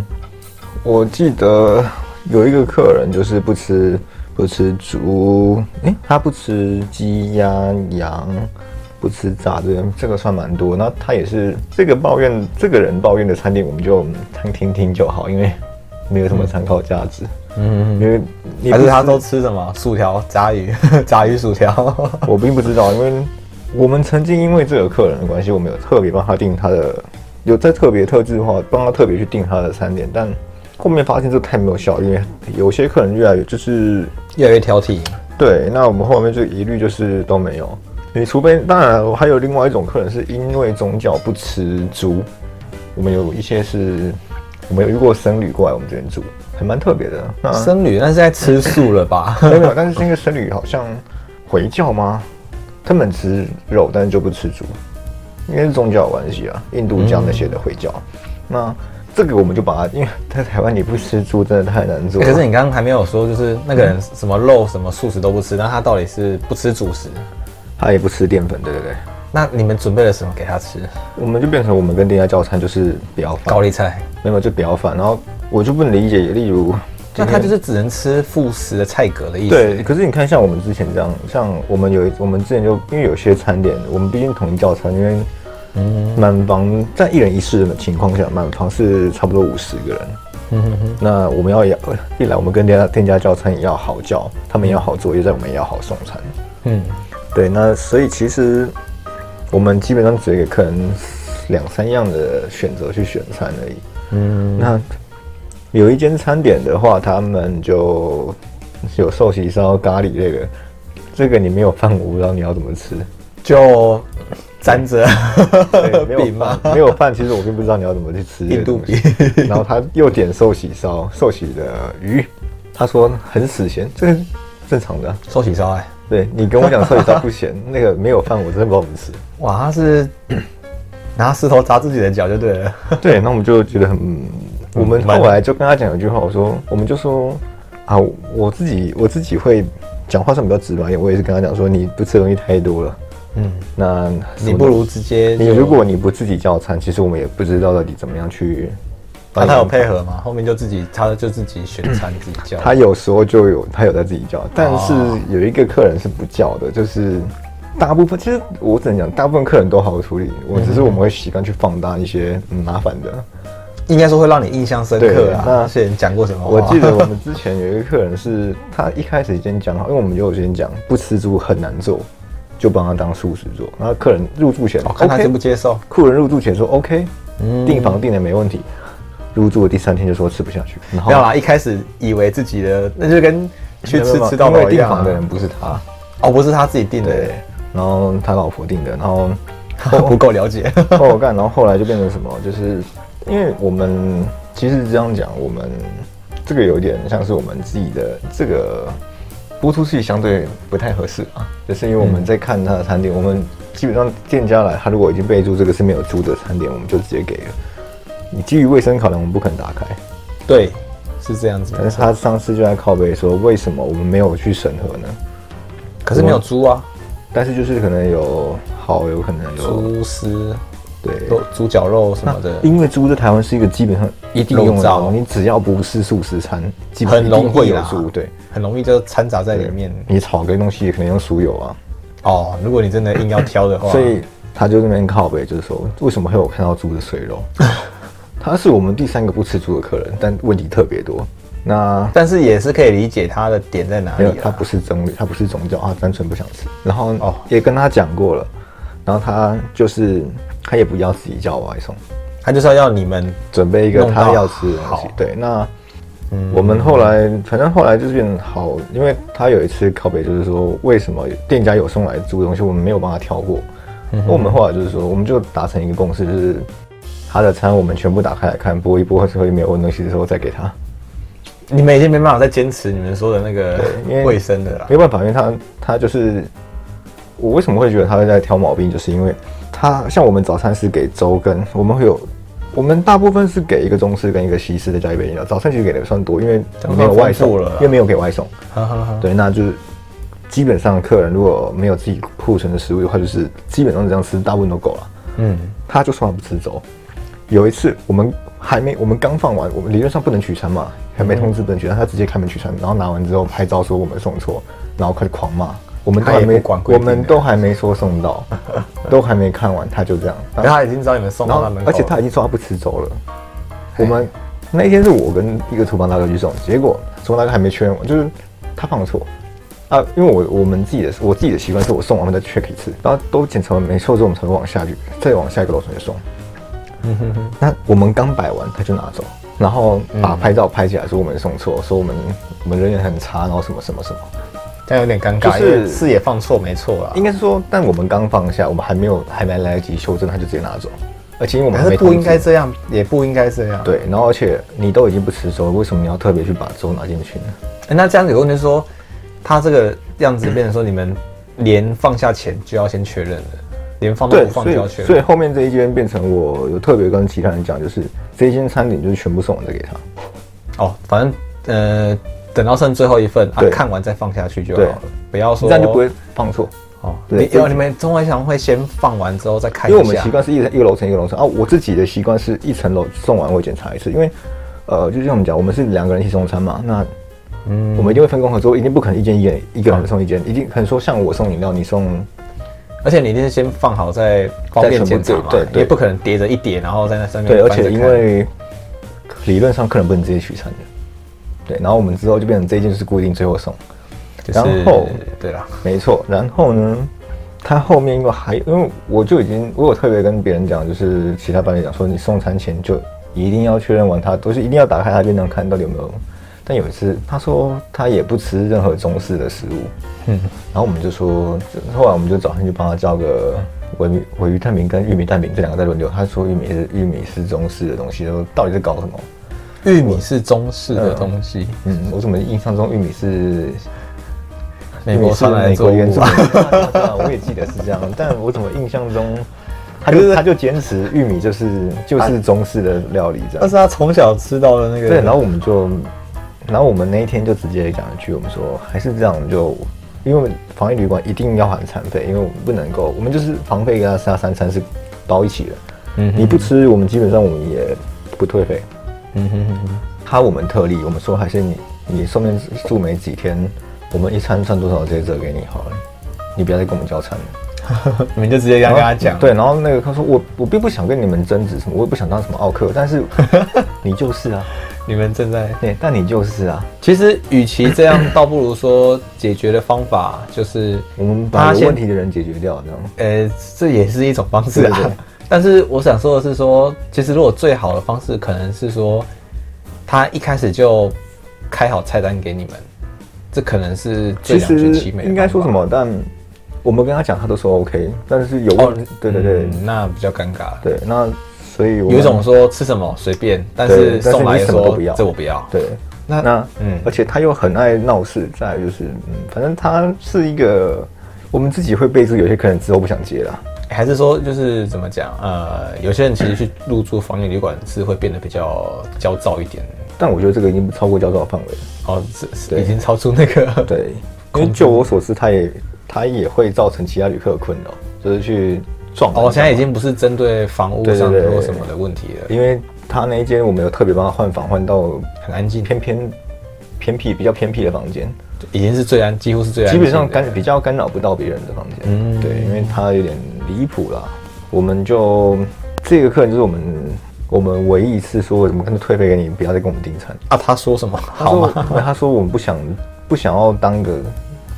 Speaker 3: 我记得有一个客人就是不吃不吃猪，诶、他不吃鸡、鸭、羊、不吃炸这个这个算蛮多。那他也是这个抱怨，这个人抱怨的餐点，我们就听听听就好，因为没有什么参考价值。
Speaker 2: 嗯，
Speaker 3: 因为你
Speaker 2: 还
Speaker 3: 不
Speaker 2: 是他都吃什 么薯条、炸鱼、 炸鱼薯条？
Speaker 3: 我并不知道，因为我们曾经因为这个客人的关系，我们有特别帮他订他的，有在特别特制化帮他特别去订他的餐点，但后面发现这太没有效，因为有些客人越来越就是
Speaker 2: 越来越挑剔。
Speaker 3: 对，那我们后面就一律就是都没有。你除非当然，我还有另外一种客人是因为宗教不吃猪，我们有一些是，我们有遇过僧侣过来我们这边住，还蛮特别的。那
Speaker 2: 僧侣那是在吃素了 吧？哎
Speaker 3: 没有没有，但是那个僧侣好像回教吗？他们吃肉，但是就不吃猪，因为是宗教关系啊，印度教那些的回教。
Speaker 2: 嗯
Speaker 3: 那这个我们就把它，因为在台湾你不吃猪真的太难做了。
Speaker 2: 哎可是你刚刚还没有说，就是那个人什么肉、什么素食都不吃，那他到底是不吃主食？
Speaker 3: 他也不吃淀粉，对对对。
Speaker 2: 那你们准备了什么给他吃？
Speaker 3: 我们就变成我们跟店家叫餐就是不要饭，
Speaker 2: 高丽菜。
Speaker 3: 没有就不要饭。然后我就不能理解，例如
Speaker 2: 那他就是只能吃副食的菜格的意思。
Speaker 3: 对，可是你看，像我们之前这样，像我们有一我们之前就因为有些餐点，我们毕竟统一叫餐，因为满房在一人一室的情况下，满房是差不多五十个人。
Speaker 2: 嗯哼哼，
Speaker 3: 那我们要也呃一来，我们跟店家店家叫餐也要好叫，他们也要好做，也在我们也要好送餐。
Speaker 2: 嗯，
Speaker 3: 对，那所以其实我们基本上只给客人两三样的选择去选餐而已。
Speaker 2: 嗯，
Speaker 3: 那有一间餐点的话，他们就有寿喜烧、咖喱这个，这个你没有饭，我不知道你要怎么吃。
Speaker 2: 就沾 着
Speaker 3: 对，没
Speaker 2: 饼
Speaker 3: 有
Speaker 2: 嘛
Speaker 3: 饭，， 没有饭，其实我并不知道你要怎么去吃这个
Speaker 2: 印度
Speaker 3: 东西。然后他又点寿喜烧，寿喜的鱼，他说很死咸，这个是正常的啊、
Speaker 2: 寿喜烧哎、
Speaker 3: 对你跟我讲寿喜烧不咸， 那个没有饭，我真的不知道怎么吃。
Speaker 2: 哇，他 是拿石头砸自己的脚就对了。
Speaker 3: 对，那我们就觉得很，
Speaker 2: 嗯
Speaker 3: 我们后来就跟他讲一句话，我说，我们就说啊，我自己我自己会讲话上比较直白一点，我也是跟他讲说，你不吃的东西太多了，
Speaker 2: 嗯，
Speaker 3: 那
Speaker 2: 你不如直接就
Speaker 3: 你如果你不自己叫餐，其实我们也不知道到底怎么样去。
Speaker 2: 那啊他有配合吗？后面就自己他就自己选餐自己叫。
Speaker 3: 他有时候就有他有在自己叫，但是
Speaker 2: 哦
Speaker 3: 有一个客人是不叫的，就是大部分其实我只能讲，大部分客人都好处理，我只是
Speaker 2: 嗯
Speaker 3: 我们会习惯去放大一些、嗯麻烦的。
Speaker 2: 应该说会让你印象深刻啊。
Speaker 3: 对那
Speaker 2: 那些人讲过什么话？
Speaker 3: 我记得我们之前有一个客人是，他一开始先讲好，因为我们就有先讲不吃猪很难做，就帮他当素食做。然后客人入住前
Speaker 2: 我哦看他
Speaker 3: OK
Speaker 2: 接不接受。
Speaker 3: 客人入住前说 OK，
Speaker 2: 嗯
Speaker 3: 订房订的没问题。入住的第三天就说吃不下去，然
Speaker 2: 没有啦，一开始以为自己的那就跟去
Speaker 3: 没
Speaker 2: 吃
Speaker 3: 有没有
Speaker 2: 吃到
Speaker 3: 因
Speaker 2: 饱
Speaker 3: 为
Speaker 2: 一
Speaker 3: 订
Speaker 2: 样
Speaker 3: 房的人
Speaker 2: 啊。嗯
Speaker 3: 不是他，
Speaker 2: 哦，不是他自己订的
Speaker 3: 对，，然后他老婆订的，然后
Speaker 2: 不够了 解。
Speaker 3: 后干，然后后来就变成什么， 就是因为我们其实这样讲，我们这个有点像是我们自己的这个播出去相对不太合适啊，就是因为我们在看他的餐点，我们基本上店家来，他如果已经备注这个是没有猪的餐点，我们就直接给了。你基于卫生考量，我们不肯打开。
Speaker 2: 对，是这样子。
Speaker 3: 但是他上次就在靠背说，为什么我们没有去审核呢？
Speaker 2: 可是没有猪啊，
Speaker 3: 但是就是可能有好，有啊可能有
Speaker 2: 猪丝、
Speaker 3: 对，
Speaker 2: 肉、猪脚肉什么的，
Speaker 3: 因为猪在台湾是一个基本上一定用得
Speaker 2: 肉
Speaker 3: 到，
Speaker 2: 燥
Speaker 3: 你只要不是素食餐，基本
Speaker 2: 很
Speaker 3: 上一定
Speaker 2: 容
Speaker 3: 会
Speaker 2: 易
Speaker 3: 有
Speaker 2: 啦
Speaker 3: 猪。对，
Speaker 2: 很容易就掺杂在里面。
Speaker 3: 你炒个东西可能用熟油啊，
Speaker 2: 哦，如果你真的硬要挑的话，
Speaker 3: 所以他就那边靠北，就是说为什么会有看到猪的 碎肉？他是我们第三个不吃猪的客人，但问题特别多。那
Speaker 2: 但是也是可以理解他的点在哪
Speaker 3: 没
Speaker 2: 里啊
Speaker 3: 有，
Speaker 2: 啦
Speaker 3: 他不是宗理，他不是宗教，他单纯不想吃。然后
Speaker 2: 哦
Speaker 3: 也跟他讲过了，然后他就是他也不要自己叫外送，
Speaker 2: 他就是要要你们
Speaker 3: 准备一个
Speaker 2: 弄
Speaker 3: 他
Speaker 2: 到
Speaker 3: 要吃的东西
Speaker 2: 好。
Speaker 3: 对，那
Speaker 2: 嗯
Speaker 3: 我们后来，反正后来就是变好，因为他有一次靠北，就是说为什么店家有送来租的东西，我们没有帮他挑过。
Speaker 2: 嗯
Speaker 3: 那、我们后来就是说，我们就达成一个共识，就是他的餐我们全部打开来看，拨一拨之后没有问东西的时候再给他，
Speaker 2: 你们已经没办法再坚持你们说的那个
Speaker 3: 因为
Speaker 2: 卫生的啦
Speaker 3: 没。有办法，因为他他就是我为什么会觉得他在挑毛病，就是因为他像我们早餐是给粥跟我们会有。我们大部分是给一个中式跟一个西式，再加一杯饮料。早餐其实给的算多，因为没有外
Speaker 2: 丰
Speaker 3: 送
Speaker 2: 富了啊
Speaker 3: 因为没有给外送。
Speaker 2: 哈哈哈
Speaker 3: 对，那就是基本上客人如果没有自己库存的食物的话，就是基本上这样吃，大部分都够了。
Speaker 2: 嗯，
Speaker 3: 他就从来不吃粥。有一次我们还没，我们刚放完，我们理论上不能取餐嘛，还没通知不能取
Speaker 2: 嗯
Speaker 3: 餐，他直接开门取餐，然后拿完之后拍照说我们送错，然后开始狂骂。我们都
Speaker 2: 他
Speaker 3: 还
Speaker 2: 也
Speaker 3: 没
Speaker 2: 不管规
Speaker 3: 我
Speaker 2: 定
Speaker 3: 们
Speaker 2: 的
Speaker 3: 都还没说送到，都还没看完，他就 这样。
Speaker 4: 然后他已经知道你们送
Speaker 3: 然
Speaker 4: 到
Speaker 3: 后
Speaker 4: 他门口
Speaker 3: 而
Speaker 4: 了，
Speaker 3: 且他已经说他不吃粥了。我们那一天是我跟一个厨房大哥去送，结果厨房大哥还没确认完，就是他放错啊，因为我我们自己的我自己的习惯是我送完我们再 check 一次，然后都检查完没错之后，我们才会往下去，再往下一个楼层去送。嗯那我们刚摆完他就拿走，然后把拍照拍起来说我们送错，说我们我们人员很差，然后什么什么什么。
Speaker 4: 这样有点尴尬，
Speaker 3: 就是
Speaker 4: 因为视野放错没错
Speaker 2: 啊
Speaker 4: 啦。
Speaker 3: 应该是说，但我们刚放下，我们还没有还没来得及修正，他就直接拿走，而且因为我们还
Speaker 4: 可
Speaker 3: 没
Speaker 4: 是不
Speaker 3: 通
Speaker 4: 应该
Speaker 3: 知
Speaker 4: 这样，也不应该这样。，
Speaker 3: 对，然后而且你都已经不吃粥，为什么你要特别去把粥拿进去呢？
Speaker 2: 欸那这样子有问题是说，他这个样子变成说你们连放下前就要先确认了，连放都不放啊
Speaker 3: 所
Speaker 2: 就要
Speaker 3: 以
Speaker 2: 确
Speaker 3: 所以
Speaker 2: 认。
Speaker 3: 后面这一间变成我有特别跟其他人讲，就是这一间餐点就是全部送完再给他。
Speaker 2: 哦，反正呃，等到剩最后一份啊
Speaker 3: 对，
Speaker 2: 看完再放下去就好
Speaker 3: 对
Speaker 2: 了，不要说
Speaker 3: 这样就不会放错，
Speaker 2: 哦。
Speaker 3: 对
Speaker 2: 你
Speaker 3: 这
Speaker 2: 哦，你们通常会先放完之后再看
Speaker 3: 因为我
Speaker 2: 一
Speaker 3: 们
Speaker 2: 下
Speaker 3: 习。惯是一一个楼层一个楼层啊。我自己的习惯是一层楼送完会检查一次，因为呃，就像我们讲，我们是两个人一起送餐嘛，那
Speaker 2: 嗯
Speaker 3: 我们一定会分工合作，一定不可能一间一间一个人送一间，一定可能说像我送饮料，你送
Speaker 2: 而且你一定是先放好再方便检查嘛，
Speaker 3: 再全部对对对
Speaker 2: 啊你也不可能叠着一叠然后在那上面
Speaker 3: 对，而
Speaker 2: 翻着
Speaker 3: 且因
Speaker 2: 看
Speaker 3: 为理论上客人不能直接取餐的，对，然后我们之后就变成这一件就是固定最后送，
Speaker 2: 就是
Speaker 3: 然后
Speaker 2: 对啦，
Speaker 3: 没错。然后呢，他后面因为还因为我就已经我有特别跟别人讲，就是其他班里讲说，你送餐前就一定要确认完他，都是一定要打开他便当看到底有没有。但有一次他说他也不吃任何中式的食物，嗯，然后我们就说，就后来我们就早上去帮他叫个。尾鱼尾鱼蛋饼跟玉米蛋饼这两个在轮流，他说玉米是玉米是中式的东西，然后到底在搞什么？
Speaker 2: 玉米是中式的东西，
Speaker 3: 嗯，我怎么印象中玉米是
Speaker 2: 美国传来的作物
Speaker 3: 啊？我也记得是这样，但我怎么印象中，他就他就坚持玉米
Speaker 2: 啊
Speaker 3: 就是就是中式的料理这
Speaker 4: 但
Speaker 3: 样。
Speaker 4: 是他从小吃到的那个，
Speaker 3: 对， 然后我们就，然后我们那一天就直接讲一句，我们说还是这样，我们就因为我们防疫旅馆一定要含餐费，因为我们不能够，我们就是房费跟他杀三餐是包一起的，
Speaker 2: 嗯
Speaker 3: 你不吃，我们基本上我们也不退费。
Speaker 2: 嗯哼哼哼，
Speaker 3: 他我们特例，我们说还是你你上面住没几天，我们一餐算多少直接折给你好了，你不要再跟我们交餐了。
Speaker 4: 你们就直接这样跟他讲，
Speaker 3: 对，然后那个他说我我并不想跟你们争执什么，我也不想当什么奥克，但是你就是啊，
Speaker 4: 你们正在
Speaker 3: 对，但你就是啊，
Speaker 2: 其实与其这样，倒不如说解决的方法就是
Speaker 3: 我们把
Speaker 2: 他
Speaker 3: 有
Speaker 2: 先
Speaker 3: 问题的人解决掉，这样。
Speaker 2: 呃，这也是一种方式啊。
Speaker 3: 对对
Speaker 2: 但是我想说的是说，其实如果最好的方式可能是说，他一开始就开好菜单给你们，这可能是最
Speaker 3: 其
Speaker 2: 两全
Speaker 3: 实
Speaker 2: 其美。
Speaker 3: 应该说什？么，但我们跟他讲，他都说 OK，但是有
Speaker 2: 哦
Speaker 3: 问，对对对、
Speaker 2: 嗯那比较尴尬。
Speaker 3: 对，那所以我们
Speaker 2: 有一种说吃什么随便，但
Speaker 3: 啊对
Speaker 2: 是
Speaker 3: 但是
Speaker 2: 送来
Speaker 3: 你
Speaker 2: 的
Speaker 3: 什么都
Speaker 2: 说
Speaker 3: 不要
Speaker 2: 这我不要。
Speaker 3: 对，
Speaker 2: 那
Speaker 3: 那
Speaker 2: 嗯
Speaker 3: 嗯，而且他又很爱闹事，再来就是嗯，反正他是一个我们自己会备注，有些客人之后不想接啦。
Speaker 2: 还是说就是怎么讲？呃，有些人其实去入住防疫旅馆是会变得比较焦躁一点。
Speaker 3: 但我觉得这个已经超过焦躁范围了。
Speaker 2: 哦，是是
Speaker 3: 对
Speaker 2: 已经超出那个
Speaker 3: 对，因为就我所知，他也他也会造成其他旅客的困扰，就是去撞 人。
Speaker 2: 哦，现在已经不是针对房屋
Speaker 3: 对对
Speaker 2: 上
Speaker 3: 对
Speaker 2: 或什么的问题了，
Speaker 3: 因为他那一间我们有特别帮他换房，换到
Speaker 2: 很安静，
Speaker 3: 偏偏偏僻比较偏僻的房间，
Speaker 2: 已经是最安，几乎是最安
Speaker 3: 基
Speaker 2: 静的。
Speaker 3: 本上干比较干扰不到别人的房间。
Speaker 2: 嗯
Speaker 3: 对，因为他有点离谱啦。我们就这个客人就是我们我们唯一一次说，我们干脆退费给你，不要再跟我们订餐。
Speaker 2: 啊，他说什么好吗？
Speaker 3: 吗？他说我们不想不想要当个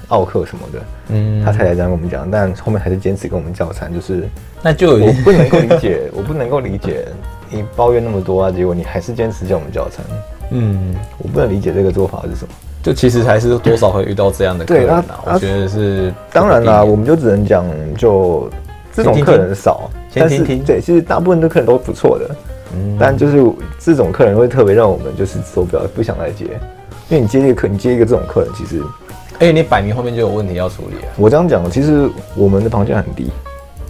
Speaker 3: 奥克什么的，
Speaker 2: 嗯
Speaker 3: 他才来这样跟我们讲，但后面还是坚持跟我们叫餐，就是
Speaker 2: 那就有
Speaker 3: 我
Speaker 2: 点
Speaker 3: 不能够理解， 我不能够理解你抱怨那么多啊，结果你还是坚持叫我们叫餐，
Speaker 2: 嗯，
Speaker 3: 我不能理解这个做法是什么。
Speaker 2: 就其实还是多少会遇到这样的客人
Speaker 3: 对
Speaker 2: 啊
Speaker 3: 啊，啊
Speaker 2: 我觉得是
Speaker 3: 当然啦，
Speaker 2: 不可避免
Speaker 3: 我们就只能讲就。这种
Speaker 2: 先听听
Speaker 3: 客人少，
Speaker 2: 先
Speaker 3: 但是
Speaker 2: 听嗯听
Speaker 3: 对，其实大部分的客人都不错的，但就是这种客人会特别让我们就是说不要不想来接，因为你接一个客，你接一个这种客人，其实
Speaker 2: 哎，你摆明后面就有问题要处理啊。
Speaker 3: 我这样讲，其实我们的房价很低，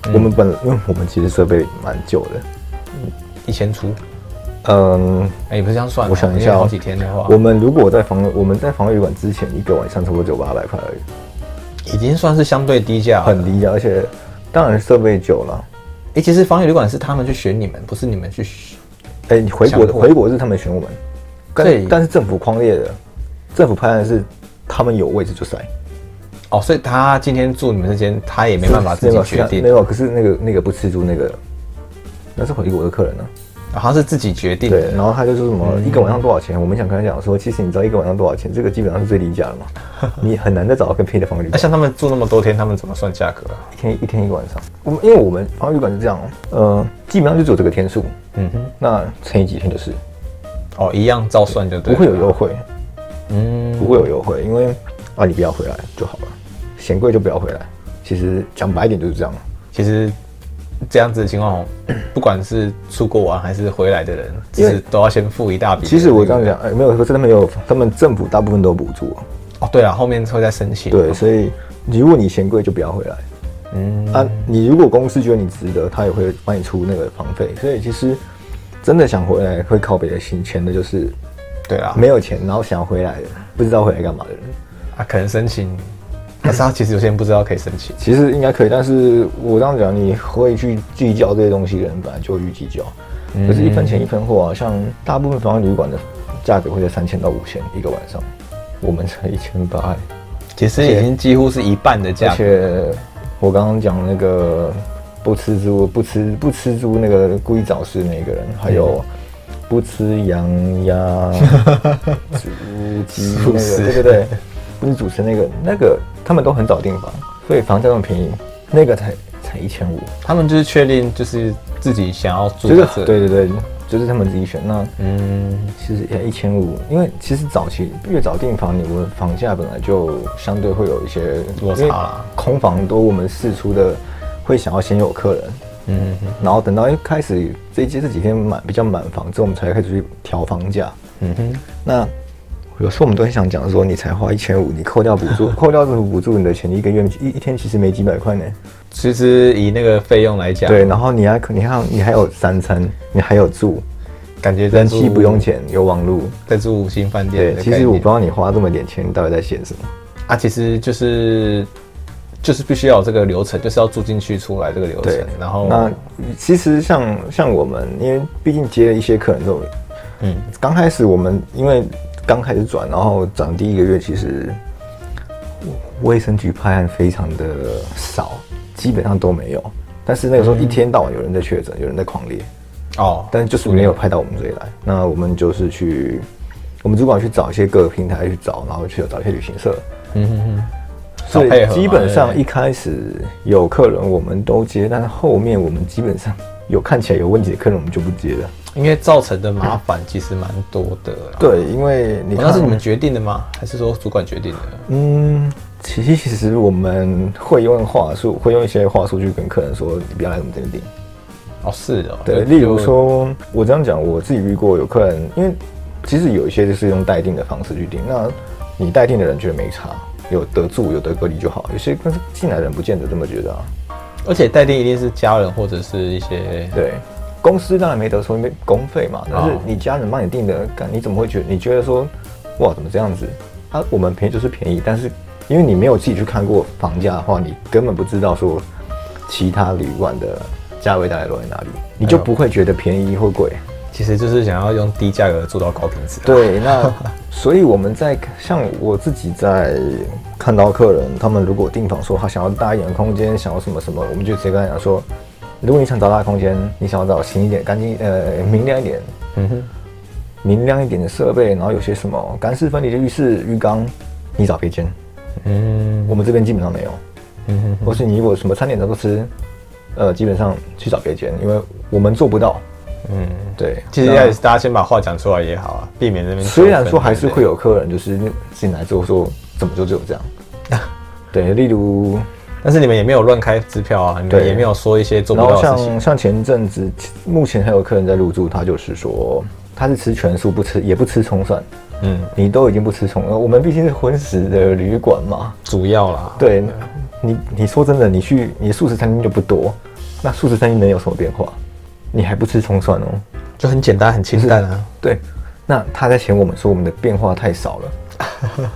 Speaker 2: 嗯
Speaker 3: 我们本因为我们其实设备蛮旧的，
Speaker 2: 一千出，
Speaker 3: 嗯，
Speaker 2: 哎，也不是这样算啊，
Speaker 3: 我想一
Speaker 2: 因为
Speaker 3: 下哦
Speaker 2: 好几天的话，
Speaker 3: 我们如果在房我们在防疫馆之前一个晚上差不多九八百块而已，
Speaker 2: 已经算是相对低价了，
Speaker 3: 很低啊价，而且当然设备久了，
Speaker 2: 哎，其实防疫旅馆是他们去选你们，不是你们去选。
Speaker 3: 哎、你回国
Speaker 2: 强迫
Speaker 3: 回国是他们选我们，
Speaker 2: 对
Speaker 3: 但但是政府框列的，政府拍案是他们有位置就塞，
Speaker 2: 哦，所以他今天住你们这间，他也没办法自己决定
Speaker 3: 没，有，可是那个那个不吃住那个，那是回国的客人呢、啊
Speaker 2: 哦他是自己决定
Speaker 3: 对，
Speaker 2: 的。
Speaker 3: 然后他就说什么
Speaker 2: 嗯
Speaker 3: 一个晚上多少钱？我们想跟他讲说，其实你知道一个晚上多少钱，这个基本上是最低价了 嘛，你很难再找到更便宜的房旅
Speaker 2: 那
Speaker 3: 馆。
Speaker 2: 像他们住那么多天，他们怎么算价格啊？
Speaker 3: 一天一天一个晚上，我们因为我们房旅馆是这样，呃，基本上就只有这个天数，
Speaker 2: 嗯哼，
Speaker 3: 那乘以几天就是
Speaker 2: 哦，一样照算就对
Speaker 3: 不
Speaker 2: 了。
Speaker 3: 会有优惠，
Speaker 2: 嗯，
Speaker 3: 不会有优惠，因为啊你不要回来就好了，嫌贵就不要回来。其实讲白一点就是这样，
Speaker 2: 其实这样子的情况 哦，不管是出国玩还是回来的人，其
Speaker 3: 因为
Speaker 2: 实都要先付一大笔的那个。
Speaker 3: 其实我这样讲，哎、没有，可是他们有，他们政府大部分都有补助、啊，
Speaker 2: 哦，对了，后面会再申请。
Speaker 3: 对，啊所以如果你嫌贵就不要回来。
Speaker 2: 嗯，
Speaker 3: 啊，你如果公司觉得你值得，他也会帮你出那个房费。所以其实真的想回来会靠北的心钱的，就是
Speaker 2: 对啊，
Speaker 3: 没有钱，然后想回来的，不知道回来干嘛的人。
Speaker 2: 啊，可能申请， 但是他其实有些人不知道可以申请。
Speaker 3: 其实应该可以，但是我这样讲，你会去计较这些东西的人，本来就会去计较。可是，一分钱一分货啊，像大部分房间旅馆的价格会在三千到五千一个晚上，我们才一千八。
Speaker 2: 其实已经几乎是一半的
Speaker 3: 而
Speaker 2: 价格。
Speaker 3: 且我刚刚讲那个不吃猪、不吃不吃猪那个故意找事那个人，还有不吃羊鸭猪鸡那
Speaker 2: 素
Speaker 3: 个，
Speaker 2: 食
Speaker 3: 对对对，不是主持那个那个，他们都很早订房，所以房价那么便宜，那个才才一千五，
Speaker 2: 他们就是确定就是自己想要住
Speaker 3: 就
Speaker 2: 在
Speaker 3: 是
Speaker 2: 这。
Speaker 3: 对，对对，就是他们自己选那。
Speaker 2: 嗯，
Speaker 3: 其实也一千五，因为其实早期越早订房，你们房价本来就相对会有一些
Speaker 2: 落差啦。
Speaker 3: 空房多，我们试出的会想要先有客人，
Speaker 2: 嗯，
Speaker 3: 然后等到一开始这一季这几天满比较满房之后，我们才开始去调房价。
Speaker 2: 嗯哼，
Speaker 3: 那有时候我们都很想讲说，你才花一千五，你扣掉补 助，扣掉政府补助，你的钱一个月一一天其实没几百块呢。
Speaker 2: 其实以那个费用来讲，
Speaker 3: 对，，然后你还你还有你还有三餐，你还有住，
Speaker 2: 感觉在
Speaker 3: 人
Speaker 2: 住
Speaker 3: 气不用，钱，有网路。
Speaker 2: 在住五星饭店
Speaker 3: 对，
Speaker 2: 的概念。
Speaker 3: 其实我不知道你花这么点钱，你到底在写什么。
Speaker 2: 啊，其实就是就是必须要有这个流程，就是要住进去出来这个流程
Speaker 3: 对，，
Speaker 2: 然后
Speaker 3: 啊那其实像像我们，因为毕竟接了一些客人之后，
Speaker 2: 嗯，
Speaker 3: 刚开始我们因为刚开始转，然后转第一个月，其实卫生局派案非常的少，基本上都没有。但是那
Speaker 2: 嗯
Speaker 3: 个时候一天到晚有人在确诊，有人在狂烈，
Speaker 2: 哦，
Speaker 3: 但就是没有派到我们这里来。那我们就是去，我们主管去找一些各个平台去找，然后去找一些旅行社，
Speaker 2: 嗯哼哼，找
Speaker 3: 所
Speaker 2: 配
Speaker 3: 以
Speaker 2: 合嘛
Speaker 3: 基本上
Speaker 2: 对
Speaker 3: 一开始有客人我们都接，但是后面我们基本上有看起来有问题的客人我们就不接了。
Speaker 2: 因为造成的麻烦其实蛮多的啦。哦，
Speaker 3: 对，因为你看，
Speaker 2: 那是你们决定的吗？还是说主管决定的？
Speaker 3: 嗯，其实我们会用话术，会用一些话术去跟客人说，你不要来我们这边订。
Speaker 2: 哦，是哦，
Speaker 3: 对，
Speaker 2: 就
Speaker 3: 例如，说，我这样讲，我自己遇过有客人，因为其实有一些就是用代订的方式去订，那你代订的人觉得没差，有得住有得隔离就好，有些但是进来的人不见得这么觉得啊。
Speaker 2: 而且代订一定是家人或者是一些
Speaker 3: 对，公司当然没得说，因为公费嘛。但是
Speaker 2: 哦
Speaker 3: 你家人帮你定的，干你怎么会觉得？你觉得说，哇，怎么这样子？啊，我们便宜就是便宜，但是因为你没有自己去看过房价的话，你根本不知道说其他旅馆的价位大概落在哪里，你就不会觉得便宜或贵。
Speaker 2: 其实就是想要用低价格做到高品质。，啊
Speaker 3: 对，那所以我们在像我自己在看到客人，他们如果订房说他想要大一点的空间，想要什么什么，我们就直接跟他讲说，如果你想找大的空间，你想要找新一点、干净呃明亮一点、
Speaker 2: 嗯哼，
Speaker 3: 明亮一点的设备，然后有些什么干湿分离的浴室、浴缸，你找别间，
Speaker 2: 嗯
Speaker 3: 我们这边基本上没有。
Speaker 2: 嗯哼哼，
Speaker 3: 或是你如果什么餐点都不吃，呃，基本上去找别间，因为我们做不到。
Speaker 2: 嗯，
Speaker 3: 对，
Speaker 2: 其实
Speaker 3: 那
Speaker 2: 也是大家先把话讲出来也好啊，避免那边
Speaker 3: 虽然说还是会
Speaker 2: 有，
Speaker 3: 有客人就是进来之后说怎么就只有 这样，对，例如，
Speaker 2: 但是你们也没有乱开支票啊，你们
Speaker 3: 对
Speaker 2: 也没有说一些做不
Speaker 3: 然后
Speaker 2: 到的事情。
Speaker 3: 像像前一阵子，目前还有客人在入住，他就是说他是吃全素，不吃也不吃葱蒜，
Speaker 2: 嗯，
Speaker 3: 你都已经不吃葱了，我们毕竟是荤食的旅馆嘛，
Speaker 2: 主要啦，
Speaker 3: 对，你你说真的，你去你素食餐厅就不多，那素食餐厅能有什么变化？你还不吃葱蒜哦，
Speaker 2: 就很简单，很清淡啊。
Speaker 3: 对，那他在嫌我们说我们的变化太少了，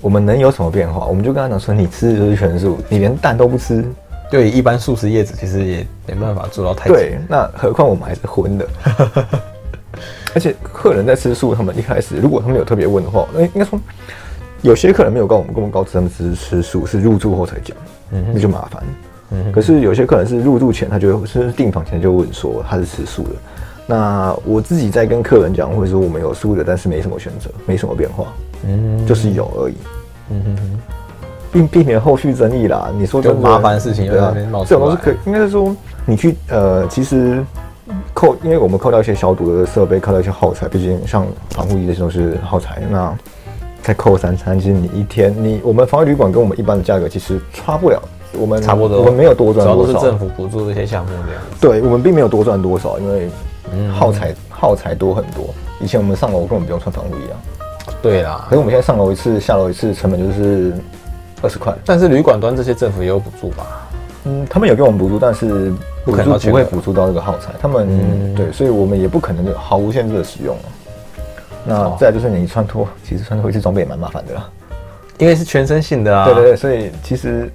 Speaker 3: 我们能有什么变化？我们就跟他讲说，你吃的就是全素，你连蛋都不吃，
Speaker 2: 对，一般素食叶子其实也没办法做到太
Speaker 3: 对，那何况我们还是荤的。而且客人在吃素，他们一开始如果他们有特别问的话，那应该说有些客人没有跟我们跟我们告知他们是吃素，是入住后才讲，那就麻烦。可是有些客人是入住前他就会是订房前就问说他是吃素的。那我自己在跟客人讲，会说我们有素的，但是没什么选择，没什么变化，就是有而已，并嗯避免后续争议啦。你说真的
Speaker 2: 就麻烦的事情又
Speaker 3: 对
Speaker 2: 在那
Speaker 3: 啊
Speaker 2: 边冒，出
Speaker 3: 这
Speaker 2: 来
Speaker 3: 种都是可以，应该是说你去呃，其实扣，因为我们扣掉一些消毒的设备，扣掉一些耗材，毕竟像防护衣这些都是耗材，那再扣三餐，其实你一天你我们防疫旅馆跟我们一般的价格其实差不了，我们
Speaker 2: 差不多，
Speaker 3: 嗯我们没有多赚
Speaker 2: 主要
Speaker 3: 多
Speaker 2: 都
Speaker 3: 少，
Speaker 2: 是政府补助这些项目这样子。
Speaker 3: 对我们并没有多赚多少，因为
Speaker 2: 嗯
Speaker 3: 耗材耗材多很多。以前我们上楼根本不用穿防护衣啊，
Speaker 2: 对啦
Speaker 3: 可是，我们现在上楼一次、下楼一次成本就是二十块。
Speaker 2: 但是旅馆端这些政府也有补助吧？
Speaker 3: 嗯，他们有给我们补助，但是
Speaker 2: 不
Speaker 3: 补
Speaker 2: 可能
Speaker 3: 助
Speaker 2: 到全嗯
Speaker 3: 不会
Speaker 2: 额
Speaker 3: 补助到这个耗材。他们、对，所以我们也不可能就毫无限制的使用啊。那
Speaker 2: 哦
Speaker 3: 再来就是你穿脱，其实穿脱一次装备也蛮麻烦的啦。
Speaker 2: 因为是全身性的啊。
Speaker 3: 对对对，所以其实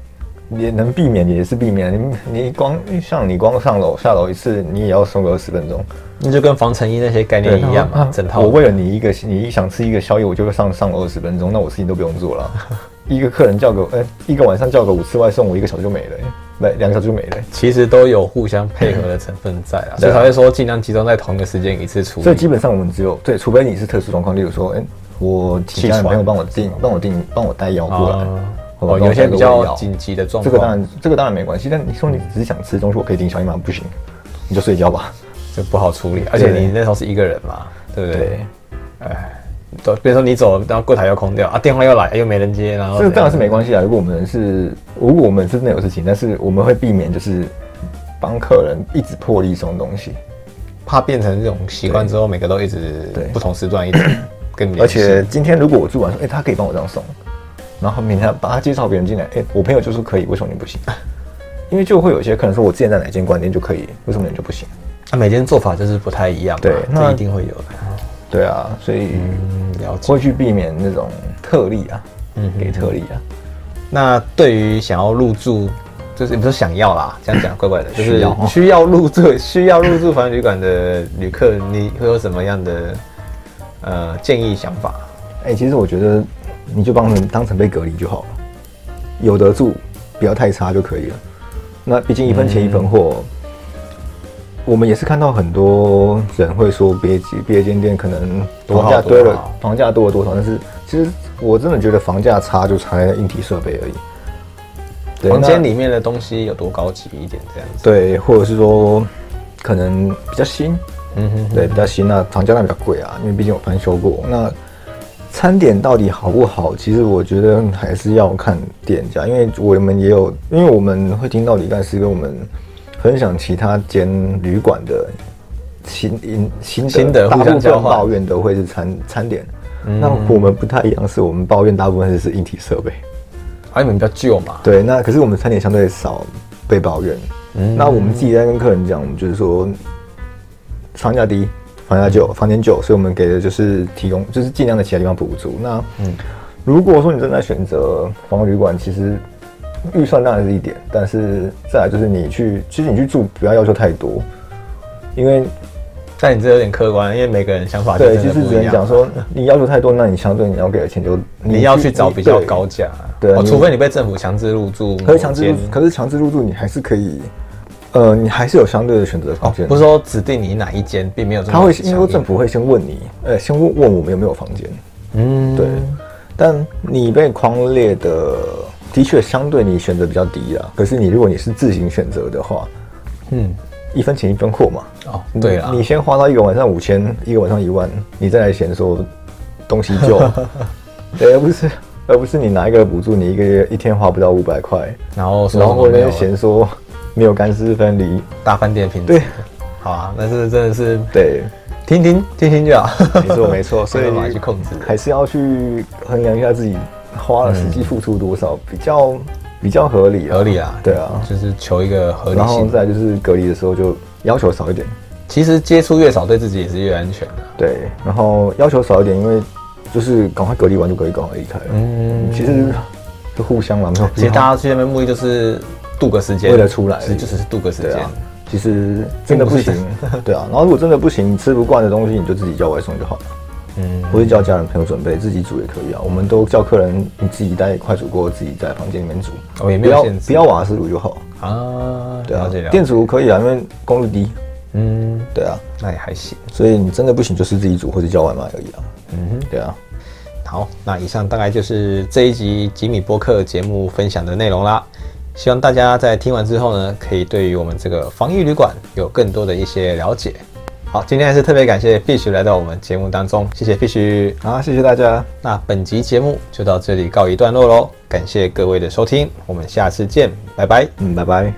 Speaker 3: 也能避免，也是避免。你你光像你光上楼下楼一次，你也要送个二十分钟。
Speaker 2: 那就跟防尘衣那些概念一
Speaker 3: 对，
Speaker 2: 样
Speaker 3: 然后
Speaker 2: 嘛
Speaker 3: 啊，
Speaker 2: 整套。
Speaker 3: 我为了你一个，你想吃一个宵夜，我就会上上楼二十分钟，那我事情都不用 做了。一个客人叫个，呃、一个晚上叫个五次外送，我一个小时就没了、欸，没两个小时就没了欸、
Speaker 2: 其实都有互相配合的成分在啊，所以才会说尽量集中在同一个时间一次处理。
Speaker 3: 所以基本上我们只有对，除非你是特殊状况，例如说，哎、我请家人朋友帮我订，帮我订，帮我带药过来，
Speaker 2: 哦
Speaker 3: 或者
Speaker 2: 哦，
Speaker 3: 帮
Speaker 2: 有
Speaker 3: 我带
Speaker 2: 些
Speaker 3: 个
Speaker 2: 比
Speaker 3: 胃
Speaker 2: 较
Speaker 3: 药
Speaker 2: 紧急的状
Speaker 3: 这
Speaker 2: 况，
Speaker 3: 个当然这个当然没关系，但你说你只是想吃东西，我可以订宵夜吗？不行，你就睡觉吧。
Speaker 2: 就不好处理。而且你那时候是一个人嘛，对不对？哎，对，比如说你走，然后柜台又空掉啊，电话又来又没人接，然后
Speaker 3: 这个
Speaker 2: 怎样
Speaker 3: 当然是没关系啊。如果我们是，如果我们真的有事情，但是我们会避免就是帮客人一直破例送东西。
Speaker 2: 怕变成这种习惯之后，每个都一直
Speaker 3: 对
Speaker 2: 不同时段一直跟你联
Speaker 3: 而
Speaker 2: 系。
Speaker 3: 且今天如果我住完说，哎、他可以帮我这样送，然后明天把他介绍别人进来，哎、我朋友就说可以，为什么你不行？ 因为就会有些客人说，我之前在哪间关店就可以，为什么你就不行？
Speaker 2: 啊，每间做法就是不太一样嘛，
Speaker 3: 对
Speaker 2: 这
Speaker 3: 那
Speaker 2: 一定会有的。
Speaker 3: 对啊，所以
Speaker 2: 嗯，了解。
Speaker 3: 会去避免那种特例啊，
Speaker 2: 嗯哼
Speaker 3: 给特例啊，
Speaker 2: 那对于想要入住，就是不是想要 啦，这样讲怪怪的，就
Speaker 3: 需
Speaker 2: 是
Speaker 3: 要哦
Speaker 2: 需要入住、 需要入住房旅馆的旅客，你会有什么样的呃建议想法？
Speaker 3: 哎、其实我觉得你就帮他们当成被隔离就好了，有得住，不要太差就可以了。那毕竟一分钱一分货，
Speaker 2: 嗯
Speaker 3: 我们也是看到很多人会说别别间店可能
Speaker 2: 多
Speaker 3: 房
Speaker 2: 好
Speaker 3: 价
Speaker 2: 多
Speaker 3: 堆了，
Speaker 2: 好
Speaker 3: 房价多了多少，但是其实我真的觉得房价差就差在硬体设备而已。对
Speaker 2: 房
Speaker 3: 那
Speaker 2: 间里面的东西有多高级一点这样子？
Speaker 3: 对，或者是说可能比较新，
Speaker 2: 嗯哼，
Speaker 3: 对，比较新那房价那比较贵啊，因为毕竟有翻修过。那餐点到底好不好？其实我觉得还是要看店家，因为我们也有，因为我们会听到李干事跟我们分享其他间旅馆的新因新的
Speaker 2: 心得
Speaker 3: 大
Speaker 2: 互相
Speaker 3: 部
Speaker 2: 交
Speaker 3: 分
Speaker 2: 换嗯
Speaker 3: 抱怨都会是餐餐点。那我们不太一样，是我们抱怨大部分是硬体设备。
Speaker 2: 而、啊、你们比较旧嘛，
Speaker 3: 对，那可是我们餐点相对少被抱怨。
Speaker 2: 嗯
Speaker 3: 那我们自己在跟客人讲，我们就是说，房价低，房价旧，房间旧，所以我们给的就是提供，就是尽量在其他地方补足。那
Speaker 2: 嗯
Speaker 3: 如果说你正在选择房屋旅馆，其实预算当然是一点，但是再来就是你去，其实你去住不要要求太多，因为
Speaker 2: 但你这有点客观，因为每个人想法就
Speaker 3: 对，
Speaker 2: 真
Speaker 3: 就
Speaker 2: 的
Speaker 3: 是
Speaker 2: 不
Speaker 3: 只
Speaker 2: 一
Speaker 3: 能讲
Speaker 2: 样。
Speaker 3: 说你要求太多，那你相对你要给的钱就
Speaker 2: 你要去找比较高价、
Speaker 3: 对
Speaker 2: 哦，
Speaker 3: 你
Speaker 2: 除非你被政府强制入住某间，
Speaker 3: 可是强制入，可是强制入住你还是可以，呃，你还是有相对的选择空间。
Speaker 2: 哦不是，嗯说指定你哪一间，并没有这么
Speaker 3: 他会
Speaker 2: 强
Speaker 3: 因为说
Speaker 2: 硬
Speaker 3: 政府会先问你，呃，先问问我们有没有房间。
Speaker 2: 嗯
Speaker 3: 对，但你被框列的的确相对你选择比较低啦。可是你如果你是自行选择的话，
Speaker 2: 嗯
Speaker 3: 一分钱一分货嘛。
Speaker 2: 哦对啦，
Speaker 3: 嗯你先花到一个晚上五千，一个晚上一万，你再来嫌说东西 旧，对，而不是而不是你拿一个补助，你一个月一天花不到五百块，
Speaker 2: 然后说
Speaker 3: 然后我
Speaker 2: 什么没
Speaker 3: 在
Speaker 2: 有啊
Speaker 3: 嫌说没有干湿分离，
Speaker 2: 大饭店品质。
Speaker 3: 对，
Speaker 2: 好啊，但是真的是
Speaker 3: 对，
Speaker 2: 听听听听就好。
Speaker 3: 没错没 错，所以
Speaker 2: 没办法去控制
Speaker 3: 还是要去衡量一下自己花了实际付出多少，比较比较合理啊，啊
Speaker 2: 合理啊，
Speaker 3: 对啊，
Speaker 2: 就是求一个合理
Speaker 3: 然后
Speaker 2: 性。
Speaker 3: 再就是隔离的时候就要求少一点，
Speaker 2: 其实接触越少，对自己也是越安全啊的、
Speaker 3: 对，然后要求少一点，因为就是赶快隔离完就可以赶快离开了，
Speaker 2: 嗯，
Speaker 3: 其实就互相嘛，没有必
Speaker 2: 其实
Speaker 3: 要
Speaker 2: 大家去那边目的就是度个时间，
Speaker 3: 为了出来
Speaker 2: 其实就只是度个时
Speaker 3: 对
Speaker 2: 间。
Speaker 3: 啊。其实真的不行，对啊。然后如果真的不行，你吃不惯的东西，你就自己叫外送就好了。嗯，或者叫家人朋友准备，自己煮也可以啊。我们都叫客人你自己带快煮锅，自己在房间里面煮，
Speaker 2: 哦也没
Speaker 3: 不
Speaker 2: 有
Speaker 3: 要
Speaker 2: 限制
Speaker 3: 不要瓦斯炉就好。
Speaker 2: 啊，
Speaker 3: 对啊
Speaker 2: 了解了，解
Speaker 3: 电子炉可以啊，因为功率低。
Speaker 2: 嗯，
Speaker 3: 对啊，
Speaker 2: 那也还行。
Speaker 3: 所以你真的不行就是自己煮或者叫外卖而已啊。
Speaker 2: 嗯哼，
Speaker 3: 对啊，
Speaker 2: 好，那以上大概就是这一集吉米播客节目分享的内容啦。希望大家在听完之后呢，可以对于我们这个防疫旅馆有更多的一些了解。好，今天还是特别感谢 Fish 来到我们节目当中，谢谢 Fish。
Speaker 3: 好，谢谢大家，
Speaker 2: 那本集节目就到这里告一段落喽，感谢各位的收听，我们下次见，拜拜。
Speaker 3: 嗯，拜拜。